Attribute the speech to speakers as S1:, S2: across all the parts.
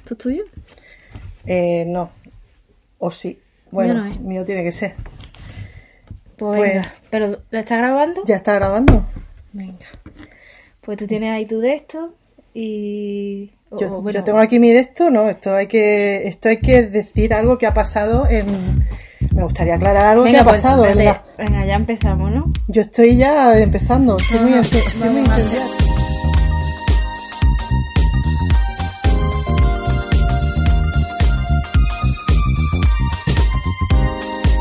S1: ¿Esto es tuyo?
S2: Eh, no. O sí. Bueno,
S1: Mío no es.
S2: mío tiene que ser.
S1: Pues,
S2: Pues-
S1: venga. ¿Pero la estás grabando?
S2: ¿Ya está grabando?
S1: Venga. Pues tú tienes ahí tu de esto y... o-
S2: Yo,
S1: o, Oh, bueno,
S2: yo tengo aquí mi de esto, no, esto hay que esto hay que decir algo que ha pasado en me gustaría aclarar algo
S1: venga,
S2: que ha
S1: pues,
S2: pasado. en
S1: espérate.
S2: la-
S1: Venga, ya empezamos, ¿no?
S2: Yo estoy ya empezando, estoy
S1: No,
S2: muy,
S1: no,
S2: estoy
S1: Ah, vamos
S2: muy
S1: a hacer-
S2: incendiada.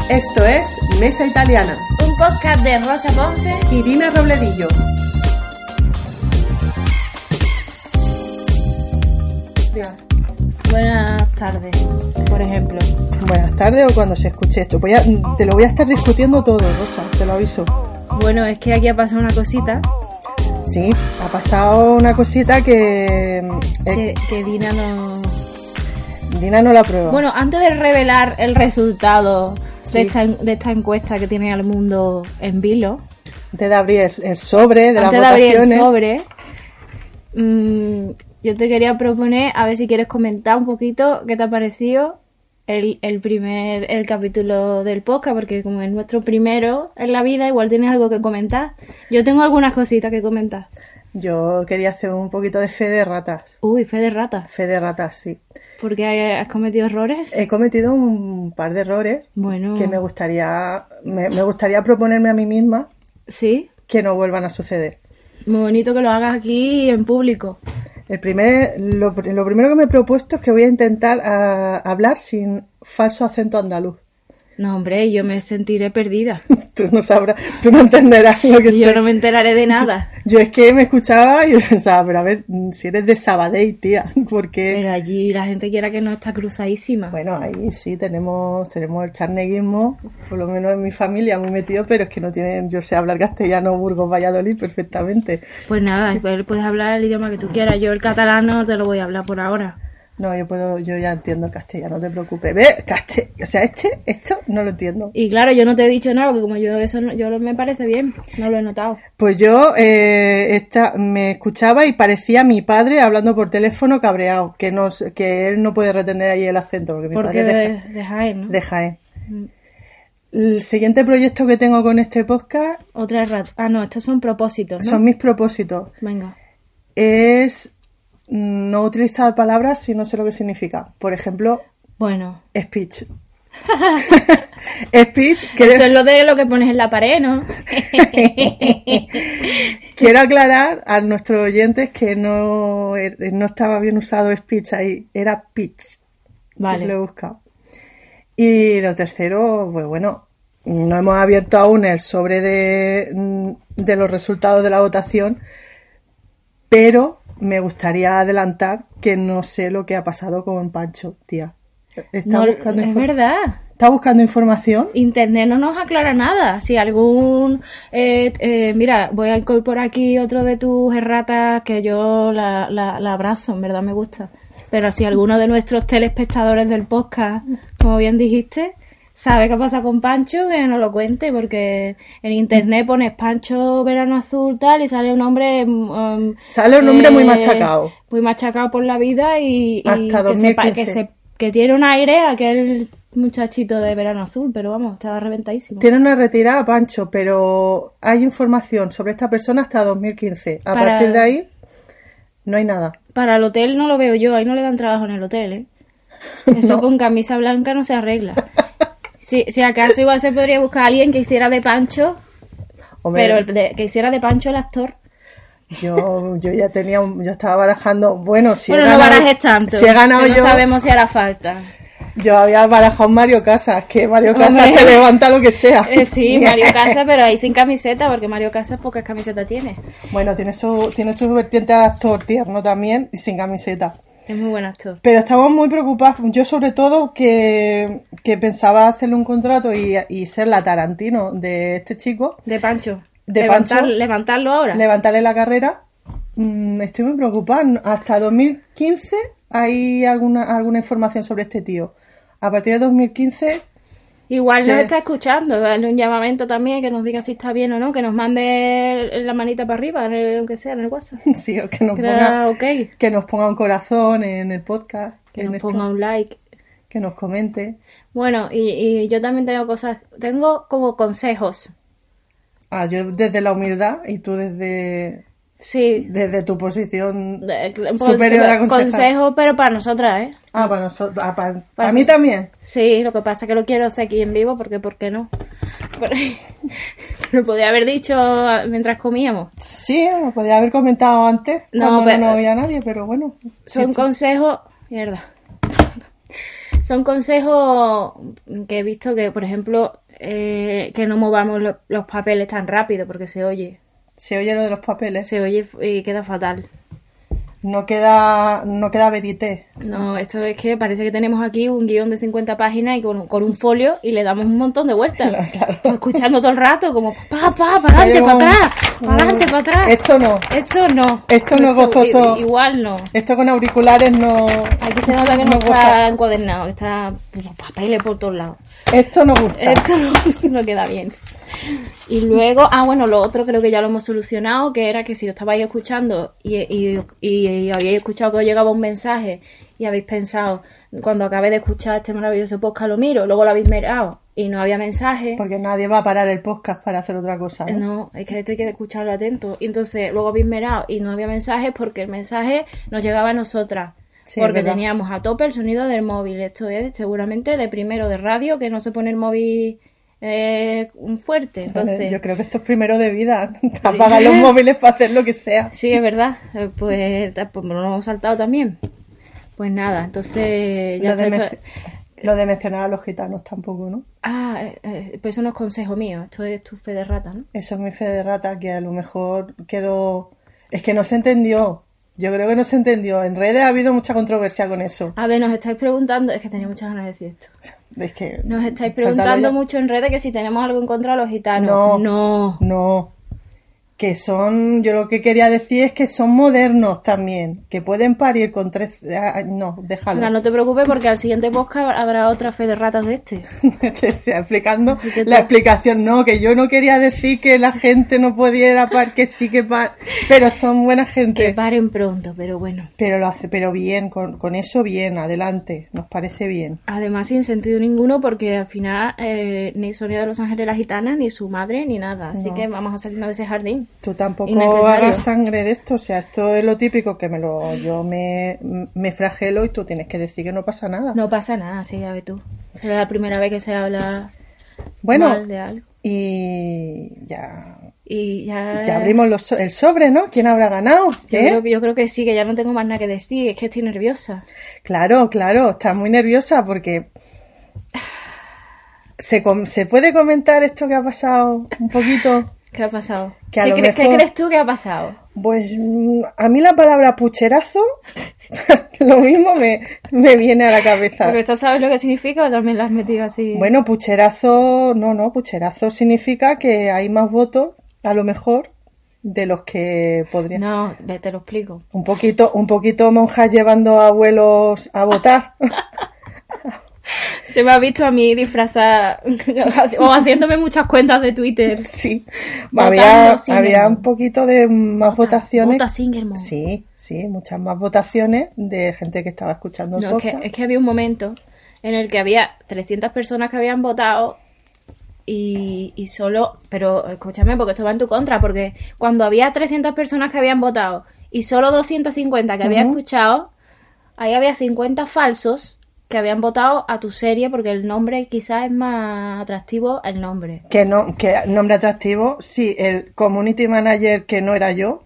S2: Esto es Mesa Italiana,
S1: Un podcast de Rosa Ponce.
S2: Irina Robledillo. Diga.
S1: Buenas tardes, por ejemplo.
S2: Buenas tardes o cuando se escuche esto. Pues ya te lo voy a estar discutiendo todo, Rosa, te lo aviso.
S1: Bueno, es que aquí ha pasado una cosita
S2: Sí, ha pasado una cosita que mm,
S1: que,
S2: eh,
S1: que Dina no...
S2: Dina no la prueba.
S1: Bueno, antes de revelar el resultado
S2: Sí.
S1: de, esta, en- de esta encuesta que tiene al mundo en vilo,
S2: Antes de abrir el, el sobre de las
S1: Antes de abrir el
S2: votaciones.
S1: sobre, mm, yo te quería proponer, a ver si quieres comentar un poquito qué te ha parecido el, el primer el capítulo del podcast, porque como es nuestro primero en la vida, igual tienes algo que comentar. Yo tengo algunas cositas que comentar.
S2: Yo quería hacer un poquito de fe de ratas.
S1: Uy, fe de rata,
S2: Fe de ratas, sí.
S1: porque has cometido errores.
S2: He cometido un par de errores
S1: Bueno,
S2: que me gustaría, me, me gustaría proponerme a mí misma
S1: sí,
S2: que no vuelvan a suceder.
S1: muy bonito que lo hagas aquí en público.
S2: El primer, lo, pr- lo primero que me he propuesto es que voy a intentar ah, hablar sin falso acento andaluz.
S1: No, hombre, yo me sentiré perdida.
S2: Tú no sabrás, tú no entenderás lo que
S1: Y yo
S2: estoy-
S1: no me enteraré de nada.
S2: Yo es que me escuchaba y pensaba, pero a ver, mm, si eres de Sabadell, tía, porque...
S1: Pero allí la gente quiera que no está cruzadísima.
S2: Bueno, ahí sí tenemos, tenemos el charneguismo, por lo menos en mi familia muy metido, pero es que no tienen, yo sé hablar castellano, Burgos, Valladolid perfectamente.
S1: Pues nada, pues puedes hablar el idioma que tú quieras. Yo el catalano te lo voy a hablar por ahora.
S2: No, yo puedo, yo ya entiendo el castellano, no te preocupes. Ve, caste, o sea, este, esto no lo entiendo.
S1: Y claro, yo no te he dicho nada, porque como yo eso no- yo lo- me parece bien, no lo he notado.
S2: Pues yo eh, esta, me escuchaba y parecía mi padre hablando por teléfono cabreado, que no, sé- que él no puede retener ahí el acento, porque mi
S1: Porque
S2: padre deja-
S1: de, de Jaén, ¿no? Mm,
S2: de Jaén. El siguiente proyecto que tengo con este podcast
S1: Otra errata. Ah, no, estos son propósitos, ¿no?
S2: son mis propósitos.
S1: Venga.
S2: Es no utilizar palabras si no sé lo que significa. Por ejemplo,
S1: Bueno.
S2: speech. speech,
S1: Eso
S2: quiero,
S1: es lo de lo que pones en la pared, ¿no?
S2: quiero aclarar a nuestros oyentes que no, er- no estaba bien usado speech ahí, era pitch.
S1: Vale.
S2: Lo he buscado. Y lo tercero, pues bueno, no hemos abierto aún el sobre de, mm, de los resultados de la votación, pero me gustaría adelantar que no sé lo que ha pasado con Pancho, tía. Está,
S1: No,
S2: buscando,
S1: es
S2: infor-
S1: verdad.
S2: está buscando información.
S1: Internet no nos aclara nada. Si algún. eh, eh, mira, voy a incorporar aquí otro de tus erratas que yo la, la- la abrazo, en verdad me gusta. Pero si alguno de nuestros telespectadores del podcast, como bien dijiste, sabe qué pasa con Pancho, que nos lo cuente, porque en internet pones Pancho Verano Azul tal y sale un hombre. mm,
S2: Sale un hombre muy machacado.
S1: Muy machacado por la vida y. y
S2: Hasta
S1: que, se, pa-
S2: 2015.
S1: que se que tiene un aire aquel muchachito de verano azul, pero vamos, estaba reventadísimo.
S2: Tiene una retirada, Pancho, pero hay información sobre esta persona hasta 2015. A
S1: Para-
S2: partir de ahí, no hay nada.
S1: Para el hotel no lo veo yo, ahí no le dan trabajo en el hotel, ¿eh? Eso con camisa blanca no se arregla. Si, si acaso igual se podría buscar a alguien que hiciera de Pancho,
S2: Hombre,
S1: pero el de- que hiciera de Pancho el actor.
S2: Yo, yo ya tenía, un- yo estaba barajando, bueno, si
S1: bueno,
S2: he
S1: no
S2: ganado,
S1: barajes tanto.
S2: si he ganado
S1: que no
S2: yo,
S1: sabemos si hará falta.
S2: yo había barajado Mario Casas, que Mario Casas
S1: Hombre.
S2: te levanta lo que sea.
S1: Eh, sí, Mario Casas, pero ahí sin camiseta, porque Mario Casas pocas camisetas tiene.
S2: Bueno, tiene su, tiene su vertiente de actor tierno también y sin camiseta.
S1: Es muy buen actor.
S2: Pero estamos muy preocupados, yo sobre todo que, que pensaba hacerle un contrato y, y ser la Tarantino de este chico,
S1: De Pancho.
S2: De
S1: Levantar-
S2: Pancho.
S1: Levantarlo ahora.
S2: levantarle la carrera. Mm, estoy muy preocupada. Hasta 2015 hay alguna, alguna información sobre este tío. A partir de 2015
S1: Igual
S2: Sí.
S1: nos está escuchando, dale un llamamiento también, que nos diga si está bien o no, que nos mande el- la manita para arriba, en el- aunque sea en el WhatsAp.
S2: Sí, o que nos,
S1: Que era
S2: ponga,
S1: ok.
S2: que nos ponga un corazón en el podcast.
S1: Que
S2: en
S1: nos
S2: esto.
S1: ponga un like.
S2: que nos comente.
S1: Bueno, y, y yo también tengo cosas, tengo como consejos.
S2: Ah, yo desde la humildad y tú desde,
S1: Sí,
S2: desde tu posición.
S1: de- eh,
S2: Superior a aconsejar.
S1: consejo, pero para nosotras, ¿eh?
S2: Ah, para nosotros, ah, para,
S1: Para-
S2: para mí también.
S1: Sí, lo que pasa es que lo quiero hacer aquí en vivo porque ¿por qué no? Pero Lo podía haber dicho ah, mientras comíamos.
S2: Sí, eh, lo podía haber comentado antes,
S1: No,
S2: cuando
S1: pero-
S2: no nos oía nadie, pero bueno.
S1: Son consejos, mierda. Son consejos que he visto que, por ejemplo, eh, que no movamos lo- los papeles tan rápido porque se oye.
S2: Se oye lo de los papeles.
S1: Se oye y queda fatal.
S2: No queda, no queda verité.
S1: No, esto es que parece que tenemos aquí un guión de 50 páginas y con, con un folio y le damos un montón de vueltas.
S2: Claro.
S1: Escuchando todo el rato, como pa, pa,
S2: Se
S1: para adelante,
S2: oye
S1: para
S2: como-
S1: atrás, para adelante, para atrás.
S2: Esto no.
S1: Esto no.
S2: Esto no es gozoso.
S1: i- Igual no.
S2: Esto con auriculares no.
S1: Aquí se nota que no,
S2: no
S1: está encuadernado, que está pues, papeles por todos lados.
S2: gusta. Esto no gusta.
S1: Esto no, esto no queda bien. Y luego, ah, bueno, lo otro creo que ya lo hemos solucionado, que era que si lo estabais escuchando y, y, y- y habíais escuchado que os llegaba un mensaje y habéis pensado, cuando acabé de escuchar este maravilloso podcast lo miro, luego lo habéis mirado y no había mensaje.
S2: Porque nadie va a parar el podcast para hacer otra cosa. ¿no?
S1: No, es que esto hay que escucharlo atento. Y entonces luego habéis mirado y no había mensajes porque el mensaje nos llegaba a nosotras.
S2: Sí,
S1: porque
S2: es verdad.
S1: teníamos a tope el sonido del móvil. Esto es seguramente de primero de radio que no se pone el móvil eh, fuerte. Entonces,
S2: Yo creo que esto es primero de vida. Apagar los móviles para hacer lo que sea.
S1: sí, es verdad. Eh, Pues, ta- pues me lo hemos saltado también. Pues nada, entonces ya
S2: Lo de,
S1: está
S2: men-
S1: esto-
S2: lo de mencionar a los gitanos tampoco, ¿no?
S1: Ah, eh, eh, pues eso no es consejo mío. Esto es tu fe de rata, ¿no?
S2: Eso es mi fe de rata que a lo mejor quedó... Es que no se entendió. Yo creo que no se entendió. En redes ha habido mucha controversia con eso.
S1: A ver, nos estáis preguntando. Es que tenía muchas ganas de decir esto.
S2: Es que...
S1: Nos estáis
S2: saltarlo
S1: preguntando
S2: ya.
S1: mucho en redes que si tenemos algo en contra de los gitanos. No.
S2: No. No. Que son... Yo lo que quería decir es que son modernos también. Que pueden parir con tres... ah, No, déjalo.
S1: Venga, no te preocupes porque al siguiente podcast habrá otra fe de ratas de este.
S2: Te está explicando
S1: Así que
S2: la
S1: tú-
S2: explicación. No, que yo no quería decir que la gente no pudiera par, que sí que par, pero son buena
S1: Que
S2: gente.
S1: paren pronto, pero bueno.
S2: Pero lo hace, pero bien, con, con eso bien, adelante, nos parece bien.
S1: Además, sin sentido ninguno porque al final eh, ni Sonia de Los Ángeles la Gitana, ni su madre, ni nada. Así
S2: No.
S1: que vamos a salirnos de ese jardín.
S2: Tú tampoco
S1: Innecesario.
S2: hagas sangre de esto, o sea, esto es lo típico que me lo, yo me, me flagelo y tú tienes que decir que no pasa nada.
S1: No pasa nada, sí, ya ves tú. Será la primera vez que se habla
S2: bueno,
S1: mal de algo.
S2: y ya,
S1: Y ya...
S2: ya abrimos los so- el sobre, ¿no? ¿Quién habrá ganado?
S1: Yo
S2: ¿Eh?
S1: creo, que- yo creo que sí, que ya no tengo más nada que decir. Es que estoy nerviosa.
S2: Claro, claro, está muy nerviosa porque se, com- se puede comentar esto que ha pasado un poquito.
S1: ¿Qué ha pasado?
S2: Que a
S1: ¿Qué,
S2: lo
S1: cre- qué
S2: mejor-
S1: crees tú que ha pasado?
S2: Pues mm, a mí la palabra pucherazo, lo mismo me, me viene a la cabeza.
S1: Porque tú sabes lo que significa o también la has metido así.
S2: Bueno, pucherazo, no, no, pucherazo significa que hay más votos, a lo mejor, de los que podrían.
S1: No, ve, te lo explico.
S2: Un poquito, un poquito monjas llevando a abuelos a votar.
S1: Se me ha visto a mí disfrazada o haciéndome muchas cuentas de Twitter.
S2: Sí,
S1: Votando
S2: había,
S1: sin
S2: había
S1: el-
S2: un poquito de más votaciones.
S1: Vota Singerman.
S2: Sí, sí, muchas más votaciones de gente que estaba escuchando el
S1: No, es, que,
S2: podcast.
S1: es que había un momento en el que había 300 personas que habían votado y, y solo... Pero escúchame, porque esto va en tu contra, porque cuando había 300 personas que habían votado y solo 250 que habían
S2: Ujú.
S1: escuchado, ahí había 50 falsos que habían votado a tu serie porque el nombre quizás es más atractivo el nombre.
S2: que... no, que nombre atractivo. Sí, el community manager que no era yo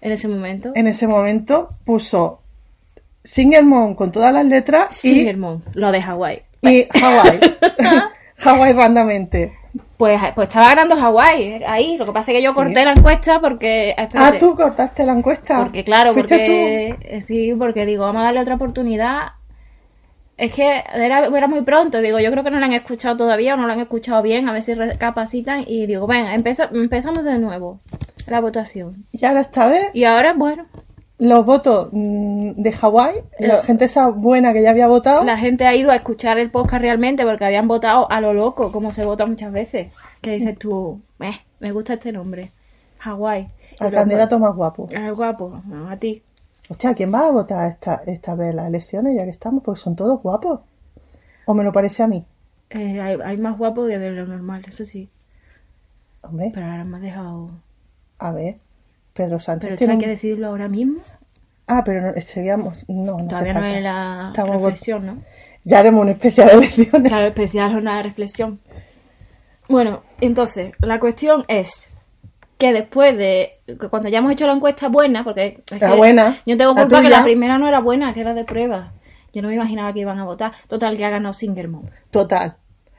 S1: En ese momento.
S2: en ese momento puso Singermon con todas las letras y,
S1: Singermon, lo de Hawái.
S2: y Hawaii. Hawaii randommente.
S1: Pues, pues estaba ganando Hawái, eh, ahí. Lo que pasa es que yo
S2: Sí.
S1: corté la encuesta porque. eh,
S2: Ah,
S1: espérate.
S2: tú cortaste la encuesta.
S1: Porque, claro,
S2: Fuiste
S1: porque. eh, Sí, porque digo, vamos a darle otra oportunidad. Es que era, era muy pronto, digo, yo creo que no la han escuchado todavía o no la han escuchado bien, a ver si recapacitan. Y digo, venga, empeza- empezamos de nuevo la votación.
S2: tú. Y ahora esta vez
S1: Y ahora, bueno,
S2: los votos mm, de Hawaii, la
S1: Lo-
S2: gente esa buena que ya había votado.
S1: la gente ha ido a escuchar el podcast realmente porque habían votado a lo loco, como se vota muchas veces. Que dices tú, "Eh, "Meh, me gusta este nombre, Hawái. Y
S2: Al
S1: luego-
S2: candidato más guapo.
S1: Al guapo, no, a ti.
S2: hostia, ¿quién va a votar esta, esta vez las elecciones ya que estamos? Porque son todos guapos. ¿O me lo parece a mí?
S1: Eh, hay, hay más guapo que de lo normal, eso sí.
S2: Hombre,
S1: Pero ahora me has dejado.
S2: a ver. Pedro Sánchez
S1: Pero esto
S2: tiene
S1: hay
S2: un-
S1: que decidirlo ahora mismo.
S2: Ah, pero no, seguíamos... No, no
S1: Todavía no
S2: hace falta.
S1: es la
S2: Estamos vot-
S1: reflexión, ¿no?
S2: Ya haremos un especial de elecciones.
S1: Claro, especial es una reflexión. Bueno, entonces, la cuestión es que después de. que cuando ya hemos hecho la encuesta buena, porque. es
S2: La
S1: que
S2: buena,
S1: Yo tengo
S2: la
S1: culpa que la
S2: tuya.
S1: primera no era buena, que era de prueba. Yo no me imaginaba que iban a votar. Total, que ha ganado Singerman.
S2: Total.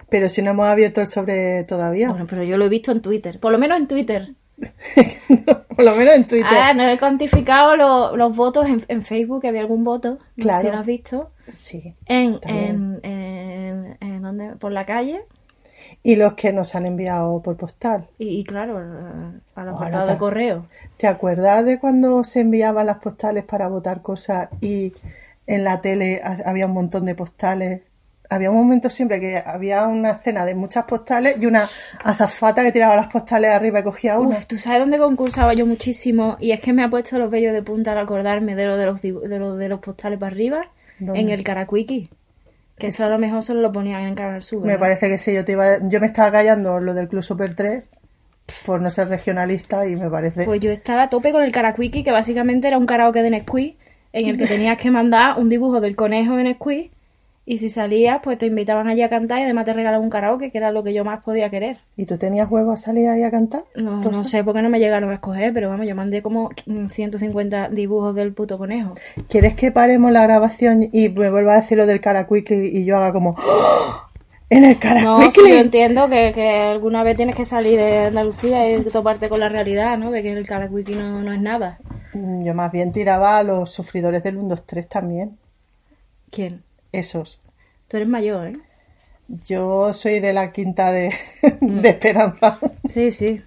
S2: Pero si no hemos abierto el sobre todavía.
S1: Bueno, pero yo lo he visto en Twitter. Por lo menos en Twitter.
S2: Por lo menos en Twitter.
S1: Ah, no he cuantificado lo- los votos en, en Facebook, que había algún voto. No sé si
S2: Claro.
S1: lo has visto.
S2: Sí.
S1: En,
S2: También.
S1: en, en, en ¿dónde? Por la calle.
S2: Y los que nos han enviado por postal.
S1: Y, y claro, a la
S2: Ojalá
S1: portada de
S2: ta-
S1: correo.
S2: ¿Te acuerdas de cuando se enviaban las postales para votar cosas y en la tele ha- había un montón de postales? Había un momento siempre que había una escena de muchas postales y una azafata que tiraba las postales arriba y cogía una.
S1: Uf, tú sabes dónde concursaba yo muchísimo y es que me ha puesto los vellos de punta al acordarme de lo de los dibu- de lo de los postales para arriba
S2: ¿Dónde?
S1: en el Caracuiki. Que eso a lo mejor solo lo ponían en Canal Sur.
S2: Me
S1: ¿verdad?
S2: parece que sí, yo te iba, yo me estaba callando lo del Club Super 3 por no ser regionalista y me parece
S1: Pues yo estaba a tope con el Caracuiki, que básicamente era un karaoke de Nesquik, en el que tenías que mandar un dibujo del conejo de Nesquik, y si salías, pues te invitaban allí a cantar y además te regalaban un karaoke, que era lo que yo más podía querer.
S2: ¿Y tú tenías huevo a salir ahí a cantar? Pues,
S1: No,
S2: Rosa?
S1: Pues no sé por qué no me llegaron a escoger, pero vamos, yo mandé como 150 dibujos del puto conejo.
S2: ¿Quieres que paremos la grabación y me vuelva a decir lo del caracuicli y yo haga como "¡Oh! en el
S1: No, sí, yo
S2: caracuicli?
S1: entiendo que, que alguna vez tienes que salir de Andalucía y toparte con la realidad, ¿no? De que el Caracuiki no, no es nada.
S2: Mm, yo más bien tiraba a los sufridores del 1, 2, 3 también.
S1: ¿Quién?
S2: Esos.
S1: Tú eres mayor, ¿eh?
S2: Yo soy de la quinta de,
S1: Mm.
S2: de Esperanza.
S1: Sí, sí.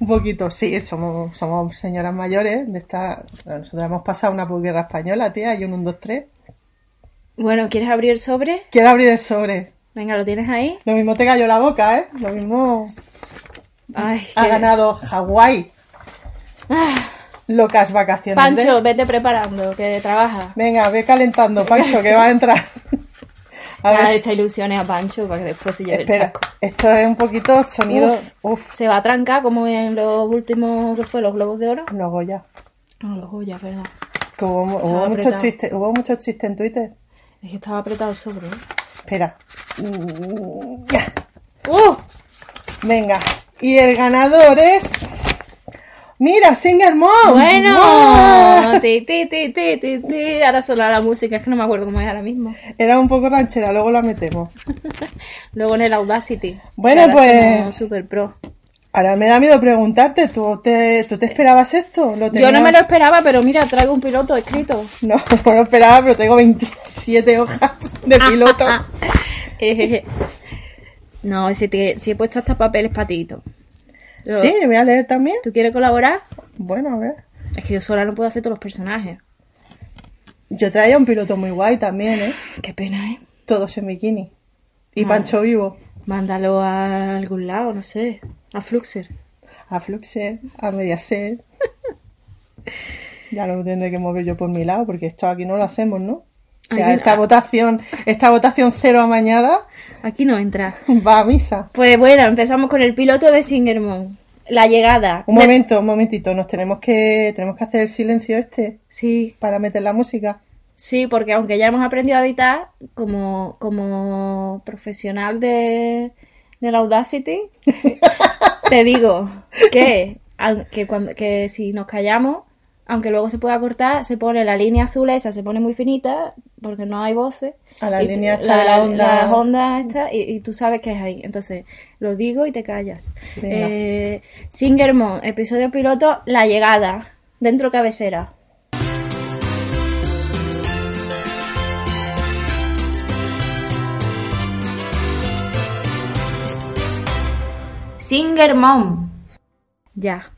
S2: Un poquito, sí, somos, somos señoras mayores. De esta, nosotros hemos pasado una posguerra española, tía, y un 1, 2, 3.
S1: Bueno, ¿quieres abrir el sobre?
S2: Quiero abrir el sobre.
S1: Venga, ¿lo tienes ahí?
S2: Lo mismo te cayó la boca, ¿eh? Lo mismo
S1: Ay,
S2: ha
S1: qué-
S2: ganado Hawái.
S1: Ah,
S2: Locas vacaciones de...
S1: Pancho, vete preparando, que trabaja.
S2: Venga, ve calentando, Pancho, que va a entrar. A
S1: Nada de
S2: ver,
S1: esta ilusiones a Pancho para que después se lleve el
S2: espera.
S1: chasco.
S2: Esto es un poquito sonido. Uf,
S1: Se va a trancar como en los últimos, que fue? Los Globos de Oro.
S2: luego ya.
S1: No, los Goya, verdad.
S2: Que hubo mu-
S1: Estaba
S2: hubo muchos
S1: apretado.
S2: chistes, hubo muchos chistes en Twitter.
S1: Es que estaba apretado el sobre, ¿eh?
S2: Espera. Mm, Ya.
S1: ¡Uh!
S2: Venga. Y el ganador es. Mira, Singer Mom.
S1: Bueno,
S2: ¡Guau!
S1: ti, ti, ti, ti, ti, ti. ahora sonará la música, es que no me acuerdo cómo es ahora mismo.
S2: Era un poco ranchera, luego la metemos.
S1: Luego en el Audacity.
S2: Bueno,
S1: que ahora
S2: pues-
S1: somos Super pro.
S2: Ahora me da miedo preguntarte, ¿tú te, ¿tú te esperabas esto?
S1: Yo
S2: ¿Lo
S1: no
S2: tenías?
S1: me lo esperaba, pero mira, traigo un piloto escrito.
S2: No, no lo esperaba, pero tengo 27 hojas de piloto.
S1: Ejeje. no, si, te- si he puesto hasta papeles patito. Yo-
S2: Sí, voy a leer también.
S1: ¿Tú quieres colaborar?
S2: Bueno, a ver.
S1: Es que yo sola no puedo hacer todos los personajes.
S2: Yo traía un piloto muy guay también, ¿eh?
S1: Qué pena, ¿eh?
S2: Todos en bikini.
S1: Ah.
S2: Y Pancho Vivo.
S1: Mándalo a algún lado, no sé. A Fluxer.
S2: A Fluxer, a Mediaset. Ya lo tendré que mover yo por mi lado, porque esto aquí no lo hacemos, ¿no? O sea,
S1: Ay,
S2: esta
S1: ah.
S2: votación, esta votación cero amañada
S1: Aquí no entra.
S2: va a misa.
S1: Pues bueno, empezamos con el piloto de Singermon. La llegada.
S2: Un momento, un momentito, nos tenemos que, tenemos que hacer el silencio este
S1: Sí,
S2: para meter la música.
S1: sí, porque aunque ya hemos aprendido a editar, como, como profesional de, del Audacity, te digo que, al- que, cuando, que si nos callamos, aunque luego se pueda cortar, se pone la línea azul esa, se pone muy finita, porque no hay voces.
S2: A la
S1: Y
S2: línea esta de la onda.
S1: las ondas estas, y, y tú sabes que es ahí. Entonces, lo digo y te callas.
S2: Venga.
S1: Eh, Singermon, episodio piloto, la llegada. Dentro cabecera. Singermon. Ya.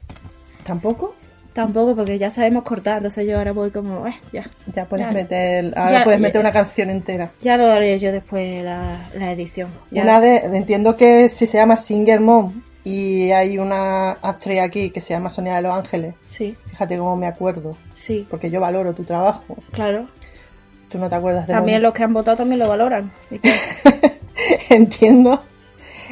S2: ¿Tampoco?
S1: Tampoco, porque ya sabemos cortar, entonces yo ahora voy como, eh, ya.
S2: Ya puedes
S1: Ya.
S2: meter, ahora
S1: Ya,
S2: puedes
S1: ya.
S2: meter una canción entera.
S1: Ya lo haré yo después la, la edición. Ya.
S2: Una de, entiendo que si se llama Singer Mom Y hay una actriz aquí que se llama Sonia de los Ángeles.
S1: Sí,
S2: Fíjate cómo me acuerdo,
S1: sí,
S2: porque yo valoro tu trabajo.
S1: claro.
S2: Tú no te acuerdas de
S1: También los que han votado también lo valoran. ¿Y qué?
S2: entiendo.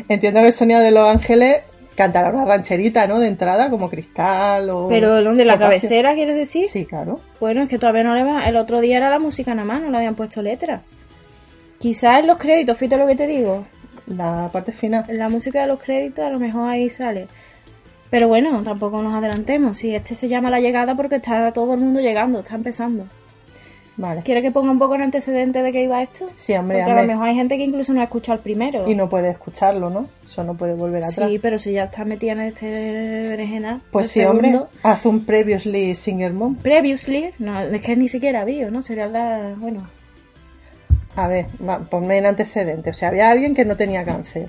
S2: Entiendo que Sonia de los Ángeles cantará una rancherita, ¿no? De entrada, como cristal o.
S1: Pero ¿dónde? ¿La
S2: Topacio.
S1: cabecera quieres decir?
S2: Oh, Sí, claro.
S1: Bueno, es que todavía no le va. El otro día era la música nada más, no le habían puesto letra. Quizás en los créditos, fíjate lo que te digo.
S2: La parte final.
S1: En la música de los créditos a lo mejor ahí sale. Pero bueno, tampoco nos adelantemos. Si este se llama La Llegada porque está todo el mundo llegando, está empezando.
S2: Vale.
S1: ¿Quiere que ponga un poco el antecedente de qué iba esto?
S2: Sí, hombre,
S1: Porque a
S2: hombre.
S1: lo mejor hay gente que incluso no ha escuchado el primero.
S2: Y no puede escucharlo, ¿no? Eso no puede volver atrás.
S1: sí, pero si ya está metida en este berenjenal.
S2: pues
S1: el
S2: sí,
S1: segundo.
S2: hombre. Haz un previously Singer Mom.
S1: Previously, no, es que ni siquiera vio, ¿no? Sería la. Bueno,
S2: A ver, va, ponme en antecedente. O sea, había alguien que no tenía cáncer.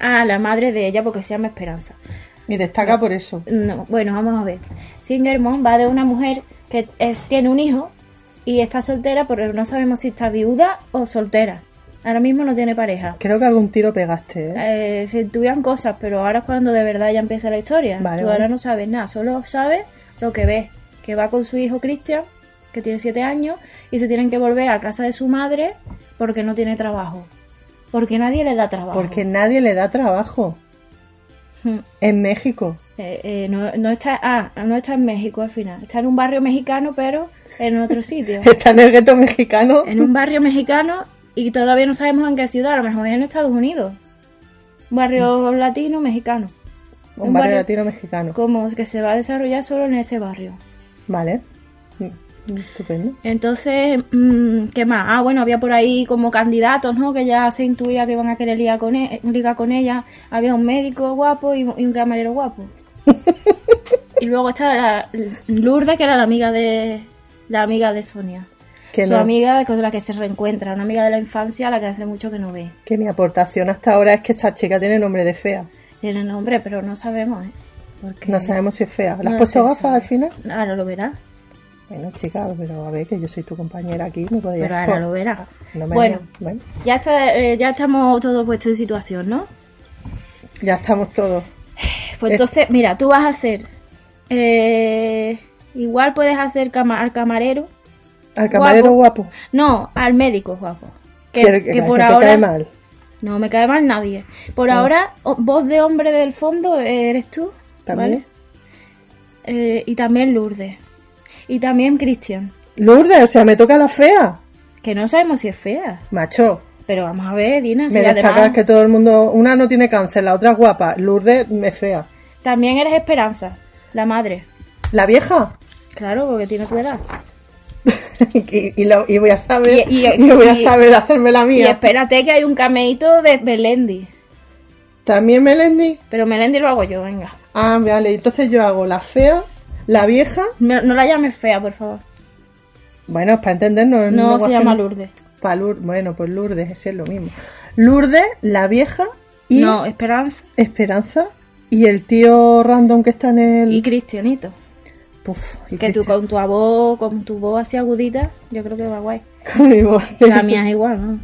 S1: Ah, la madre de ella, porque se llama Esperanza.
S2: Y destaca por eso.
S1: No, bueno, vamos a ver. Singermon va de una mujer que es- tiene un hijo y está soltera, pero no sabemos si está viuda o soltera. Ahora mismo no tiene pareja.
S2: Creo que algún tiro pegaste, ¿eh?
S1: Eh, se intuían cosas, pero ahora es cuando de verdad ya empieza la historia.
S2: Vale,
S1: Tú
S2: vale.
S1: ahora no sabes nada, solo sabes lo que ves. Que va con su hijo Cristian, que tiene siete años, y se tienen que volver a casa de su madre porque no tiene trabajo. Porque nadie le da trabajo.
S2: Porque nadie le da trabajo.
S1: Hmm.
S2: En México.
S1: Eh, eh, no, no está, ah, no está en México al final. Está en un barrio mexicano, pero en otro sitio.
S2: Está en el gueto mexicano.
S1: en un barrio mexicano y todavía no sabemos en qué ciudad, a lo mejor es en Estados Unidos. Un barrio
S2: Mm.
S1: latino mexicano.
S2: Un,
S1: un barrio-
S2: barrio latino mexicano.
S1: Como que se va a desarrollar solo en ese barrio.
S2: Vale. Mm, Estupendo.
S1: Entonces, mm, ¿qué más? Ah, bueno, había por ahí como candidatos, ¿no? Que ya se intuía que iban a querer ligar con, e- ligar con ella. Había un médico guapo y, un- y un camarero guapo. y luego está la Lourdes, que era la amiga de la amiga de Sonia.
S2: Que,
S1: Su
S2: no-
S1: amiga con la que se reencuentra, una amiga de la infancia a la que hace mucho que no ve.
S2: que mi aportación hasta ahora es que esta chica tiene nombre de fea.
S1: Tiene nombre, pero no sabemos, ¿eh? Porque
S2: No sabemos si es fea. ¿La has
S1: No
S2: puesto
S1: se
S2: gafas
S1: sabe.
S2: al final?
S1: Ahora lo verá.
S2: Bueno, chica, pero a ver, que yo soy tu compañera aquí, no podía. Ah,
S1: Pero ahora lo verá.
S2: No me
S1: Bueno.
S2: hagas- bueno,
S1: Ya, está, eh, ya estamos todos puestos en situación, ¿no?
S2: ya estamos todos.
S1: Pues
S2: Es-
S1: entonces, mira, tú vas a hacer. eh, igual puedes hacer cama- al camarero.
S2: Al camarero guapo.
S1: No, al médico, guapo. Que,
S2: Quiero-
S1: que
S2: la
S1: por
S2: gente
S1: ahora.
S2: cae mal. Ah.
S1: No me cae mal nadie. Por ahora, o- voz de hombre del fondo eh, eres tú.
S2: También.
S1: ¿vale? Eh, y también Lourdes. Y también Cristian.
S2: Lourdes, o sea, me toca la fea.
S1: Que no sabemos si es fea.
S2: Macho,
S1: Pero vamos a ver, Dina. si
S2: me destacas
S1: además-
S2: que todo el mundo. Una no tiene cáncer, la otra es guapa. Lourdes me fea.
S1: También eres Esperanza, la madre.
S2: ¿La vieja?
S1: Claro, porque tiene tu edad.
S2: y, y lo- y voy a saber.
S1: Y-
S2: Y,
S1: y-
S2: voy a
S1: y-
S2: saber hacerme la
S1: Y
S2: mía.
S1: espérate que hay un cameíto de Belendi.
S2: También Melendi.
S1: Pero Melendi lo hago yo, venga.
S2: Ah, vale, entonces yo hago la fea, la vieja.
S1: No, no la llames fea, por favor.
S2: Bueno, es para entendernos. es un
S1: Eh, No se
S2: lenguaje
S1: llama Lourdes.
S2: Pa' Lour- bueno, pues Lourdes, ese es lo mismo. Lourdes, la vieja y
S1: No, Esperanza
S2: Esperanza y el tío random que está en el.
S1: y Cristianito.
S2: Puf, y
S1: Que tú
S2: Cristian.
S1: con tu voz, con tu voz así agudita, yo creo que va guay.
S2: Con mi voz.
S1: La mía es igual, ¿no?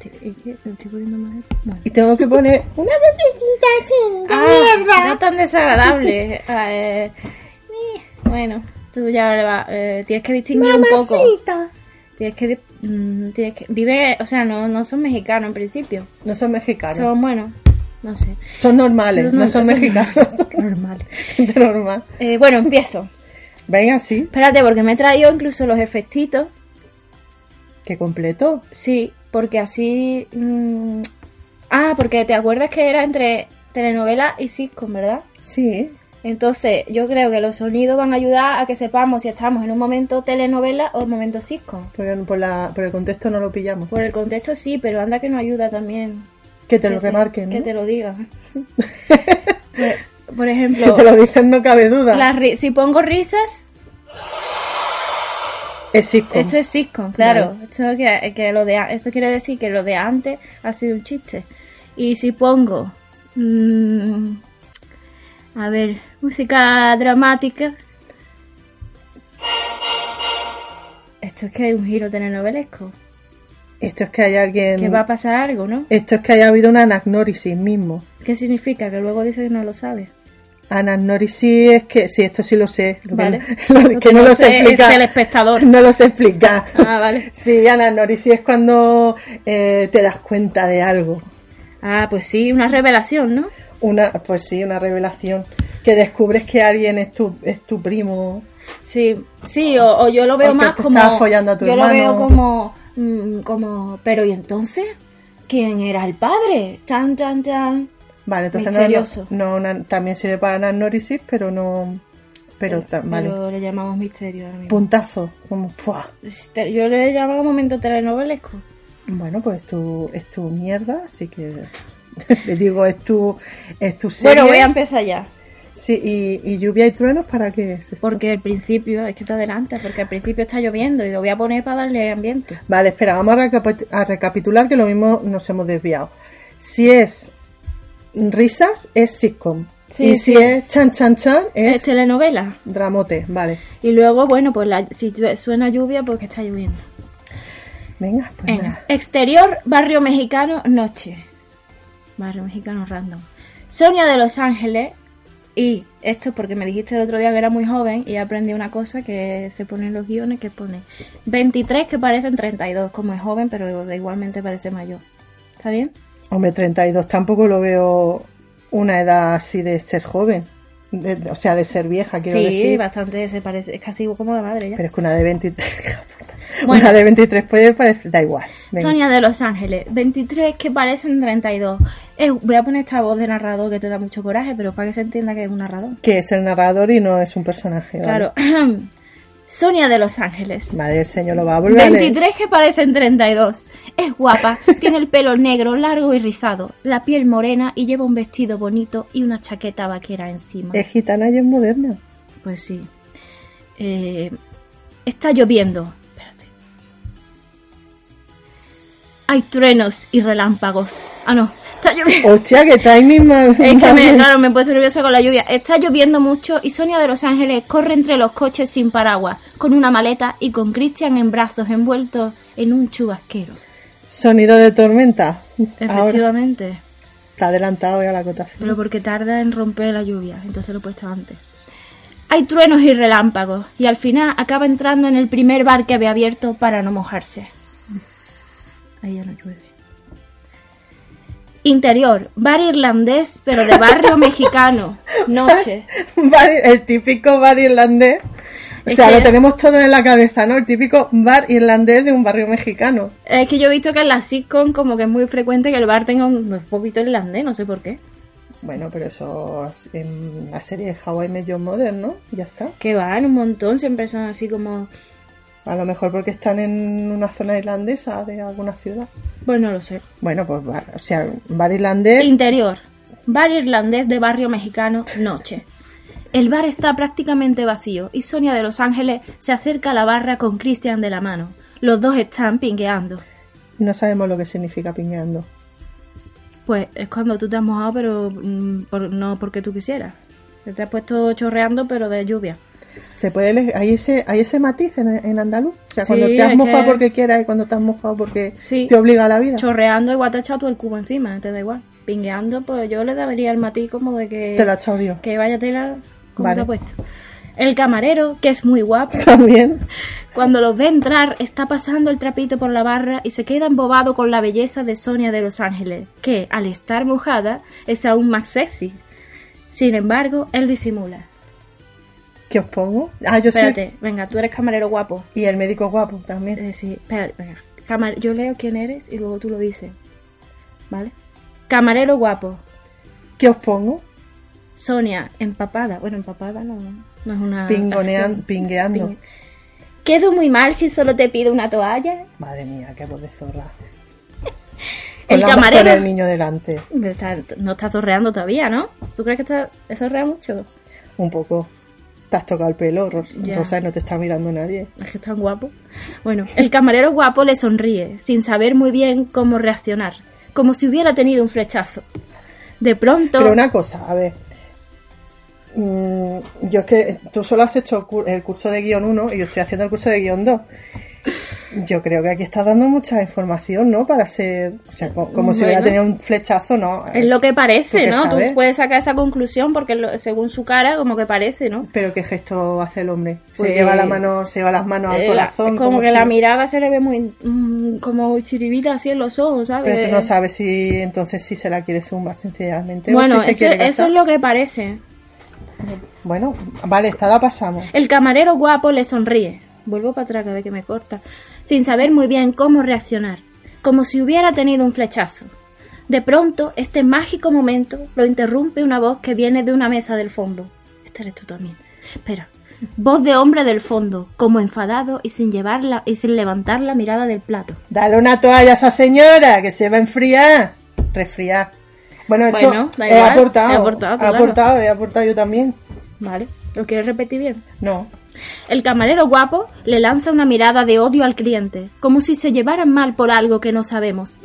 S1: Estoy- es que me estoy poniendo mal. Bueno.
S2: Y tengo que poner una musiquita así de mierda.
S1: Ah, no tan desagradable. Eh, bueno, tú ya le va- eh, tienes que distinguir un poco.
S2: Mamacita.
S1: Tienes que, di- mm, tienes que vive, o sea, no, no son mexicanos en principio.
S2: No son mexicanos. Son,
S1: Son bueno, no sé.
S2: normales, no, son mexicanos.
S1: Normal.
S2: Gente normal.
S1: Eh, bueno, empiezo.
S2: Venga, sí,
S1: Espérate, porque me he traído incluso los efectitos.
S2: que completo.
S1: Sí, porque así. mm, ah, porque te acuerdas que era entre telenovela y sitcom, ¿verdad?
S2: Sí.
S1: Entonces, yo creo que los sonidos van a ayudar a que sepamos si estamos en un momento telenovela o momento sitcom.
S2: Porque por, la, por el contexto no lo pillamos.
S1: Por el contexto sí, pero anda que no ayuda también.
S2: Que te lo
S1: que
S2: remarquen, ¿no?
S1: Que te lo digan. Pues, Por ejemplo,
S2: Si te lo dicen no cabe duda.
S1: las ri- si pongo risas,
S2: Es sitcom.
S1: esto es sitcom, claro. Esto, que, que lo de, a- esto quiere decir que lo de antes ha sido un chiste. Y si pongo, mm, a ver, música dramática. Esto es que hay un giro telenovelesco.
S2: Esto es que hay alguien.
S1: Que va a pasar algo, ¿no?
S2: Esto es que haya habido una anagnórisis mismo.
S1: ¿Qué significa? Que luego dice que no lo sabe.
S2: Anagnórisis es que. Sí, esto sí lo sé. Lo que-
S1: Vale.
S2: lo que,
S1: Lo que
S2: no,
S1: no
S2: lo
S1: sé
S2: sé explicar.
S1: es el espectador.
S2: No lo sé explicar.
S1: Ah, vale.
S2: Sí, anagnórisis es cuando eh, te das cuenta de algo.
S1: Ah, pues sí, una revelación, ¿no?
S2: Una, pues sí, una revelación. Que descubres que alguien es tu, es tu primo.
S1: Sí, sí, o, o yo lo veo
S2: O que
S1: más
S2: te
S1: como.
S2: estaba follando a tu
S1: yo
S2: hermano.
S1: lo veo como. mm, como. Pero ¿y entonces? ¿Quién era el padre? Tan, tan, tan.
S2: Vale, entonces no-
S1: Misterioso.
S2: no, no, una- también sirve para anagnórisis, pero no. Pero, ta- vale.
S1: Pero le llamamos misterio ahora mismo.
S2: Puntazo. Como, ¡buah!
S1: Te- Yo le llamo como momento telenovelesco.
S2: Bueno, pues es tu, es tu mierda, así que le digo, es tu, es tu serie.
S1: Bueno, voy a empezar ya.
S2: Sí, y, y lluvia y truenos, ¿para qué es esto?
S1: Porque al principio, es que te adelanta, porque al principio está lloviendo y lo voy a poner para darle ambiente.
S2: Vale, espera, vamos a, recapi- a recapitular que lo mismo nos hemos desviado. Si es risas, es sitcom.
S1: Sí,
S2: y si
S1: sí.
S2: es chan chan chan, es
S1: Es telenovela.
S2: dramote, vale.
S1: Y luego, bueno, pues la, si llu- suena lluvia, porque está lloviendo.
S2: Venga, pues
S1: Venga.
S2: nada.
S1: Exterior, barrio mexicano, noche. Barrio mexicano random. Sonia de Los Ángeles. Y esto porque me dijiste el otro día que era muy joven y aprendí una cosa que se pone en los guiones que pone 23 que parecen 32, como es joven pero igualmente parece mayor. ¿Está bien?
S2: Hombre, 32 tampoco lo veo una edad así de ser joven. De- o sea, de ser vieja, quiero
S1: sí,
S2: decir.
S1: bastante se parece, es casi como la madre ya.
S2: Pero es que una de 23.
S1: Bueno.
S2: Una de 23 puede parecer. Da igual. Venga.
S1: Sonia de Los Ángeles, 23 que parecen 32. Eh, voy a poner esta voz de narrador que te da mucho coraje, pero para que se entienda que es un narrador.
S2: Que es el narrador y no es un personaje. ¿vale?
S1: Claro. Sonia de Los Ángeles.
S2: Madre del Señor, lo va a volver a leer.
S1: 23 que parecen 32. Es guapa, tiene el pelo negro, largo y rizado, la piel morena y lleva un vestido bonito y una chaqueta vaquera encima.
S2: Es gitana y es moderna.
S1: Pues sí. Eh, está lloviendo. Espérate. Hay truenos y relámpagos. Ah, no. Está lloviendo.
S2: Hostia, que timing más.
S1: Es que
S2: más
S1: me,
S2: bien.
S1: claro, me he puesto nerviosa con la lluvia. Está lloviendo mucho y Sonia de Los Ángeles corre entre los coches sin paraguas, con una maleta y con Christian en brazos envuelto en un chubasquero.
S2: Sonido de tormenta. Ahora
S1: Efectivamente,
S2: está adelantado ya la acotación.
S1: pero porque tarda en romper la lluvia, entonces lo he puesto antes. Hay truenos y relámpagos y al final acaba entrando en el primer bar que había abierto para no mojarse. Ahí ya no llueve. Interior, bar irlandés, pero de barrio mexicano. Noche.
S2: Bar- el típico bar irlandés. O
S1: Es
S2: sea,
S1: que-
S2: lo tenemos todo en la cabeza, ¿no? El típico bar irlandés de un barrio mexicano.
S1: Es que yo he visto que en la sitcom como que es muy frecuente que el bar tenga un, un poquito irlandés, no sé por qué.
S2: Bueno, pero eso es en la serie de Hawaii Medio Modern, ¿no? Ya está.
S1: Que van un montón, siempre son así como...
S2: A lo mejor porque están en una zona irlandesa de alguna ciudad.
S1: Pues no lo sé.
S2: Bueno, pues bar, o sea, bar irlandés.
S1: Interior. Bar irlandés de barrio mexicano, noche. El bar está prácticamente vacío y Sonia de Los Ángeles se acerca a la barra con Christian de la mano. Los dos están pingueando.
S2: No sabemos lo que significa pingueando.
S1: Pues es cuando tú te has mojado, pero mm, por- no porque tú quisieras. Que Te has puesto chorreando, pero de lluvia.
S2: Se puede eleg- hay ese, hay ese matiz en, en andaluz. O sea,
S1: Sí,
S2: cuando te has
S1: es
S2: mojado
S1: que-
S2: porque quieras y cuando te has mojado porque
S1: Sí.
S2: te obliga a la vida.
S1: Chorreando igual te has echado tú el cubo encima, te da igual. Pingueando, pues yo le daría el matiz como de que...
S2: Te lo ha echado Dios.
S1: Que vaya tela como
S2: Vale.
S1: te ha puesto. El camarero, que es muy guapo,
S2: También.
S1: Cuando los ve entrar, está pasando el trapito por la barra y se queda embobado con la belleza de Sonia de Los Ángeles, que, al estar mojada, es aún más sexy. Sin embargo, él disimula.
S2: ¿Qué os pongo? Ah, yo sé.
S1: Espérate, venga, tú eres camarero guapo.
S2: Y el médico guapo también.
S1: Eh, sí, espérate, venga. Camar- Yo leo quién eres y luego tú lo dices. ¿Vale? Camarero guapo.
S2: ¿Qué os pongo?
S1: Sonia, empapada. Bueno, empapada no, no es una...
S2: Pingonean, pingueando.
S1: Pingue- Quedo muy mal si solo te pido una toalla.
S2: Madre mía, qué voz de zorra. Con
S1: El
S2: la- Con
S1: camarero...
S2: el niño delante.
S1: Me está- no está zorreando todavía, ¿no? ¿Tú crees que está, zorrea mucho?
S2: Un poco. Te has tocado el pelo, Ros-
S1: Ya.
S2: Rosa, y no te está mirando nadie.
S1: Es que es tan guapo. Bueno, el camarero guapo le sonríe, sin saber muy bien cómo reaccionar, como si hubiera tenido un flechazo. De pronto,
S2: Pero una cosa, a ver. Mm, yo es que tú solo has hecho cu- el curso de guión 1 y yo estoy haciendo el curso de guión 2. Yo creo que aquí está dando mucha información, ¿no? Para ser, o sea, co- como si hubiera
S1: Bueno.
S2: tenido un flechazo, ¿no?
S1: Es lo que parece,
S2: Porque
S1: ¿no?
S2: sabe.
S1: Tú puedes sacar esa conclusión porque lo- según su cara, como que parece, ¿no?
S2: Pero qué gesto hace el hombre. Se
S1: Pues-
S2: lleva la mano, se lleva las manos al
S1: Eh, la-
S2: corazón.
S1: es como, que
S2: si-
S1: la mirada se le ve muy mm, como chiribita así en los ojos, ¿sabes? Eh,
S2: Pero tú no sabes si entonces si se la quiere zumbar, sinceramente.
S1: Bueno,
S2: o si se
S1: eso,
S2: quiere casar.
S1: eso es lo que parece.
S2: Bueno, vale, esta la pasamos.
S1: El camarero guapo le sonríe. Vuelvo para atrás, que ve que me corta. Sin saber muy bien cómo reaccionar. Como si hubiera tenido un flechazo. De pronto, este mágico momento lo interrumpe una voz que viene de una mesa del fondo. Esta eres tú también. Espera. Voz de hombre del fondo, como enfadado y sin llevarla y sin levantar la mirada del plato.
S2: Dale una toalla a esa señora que se va a enfriar. Resfriar. Bueno, de hecho,
S1: Bueno, da
S2: he
S1: igual,
S2: aportado.
S1: he aportado, claro.
S2: aportado, he aportado yo también.
S1: ¿Vale? ¿Lo quieres repetir bien?
S2: No.
S1: El camarero guapo le lanza una mirada de odio al cliente, como si se llevaran mal por algo que no sabemos.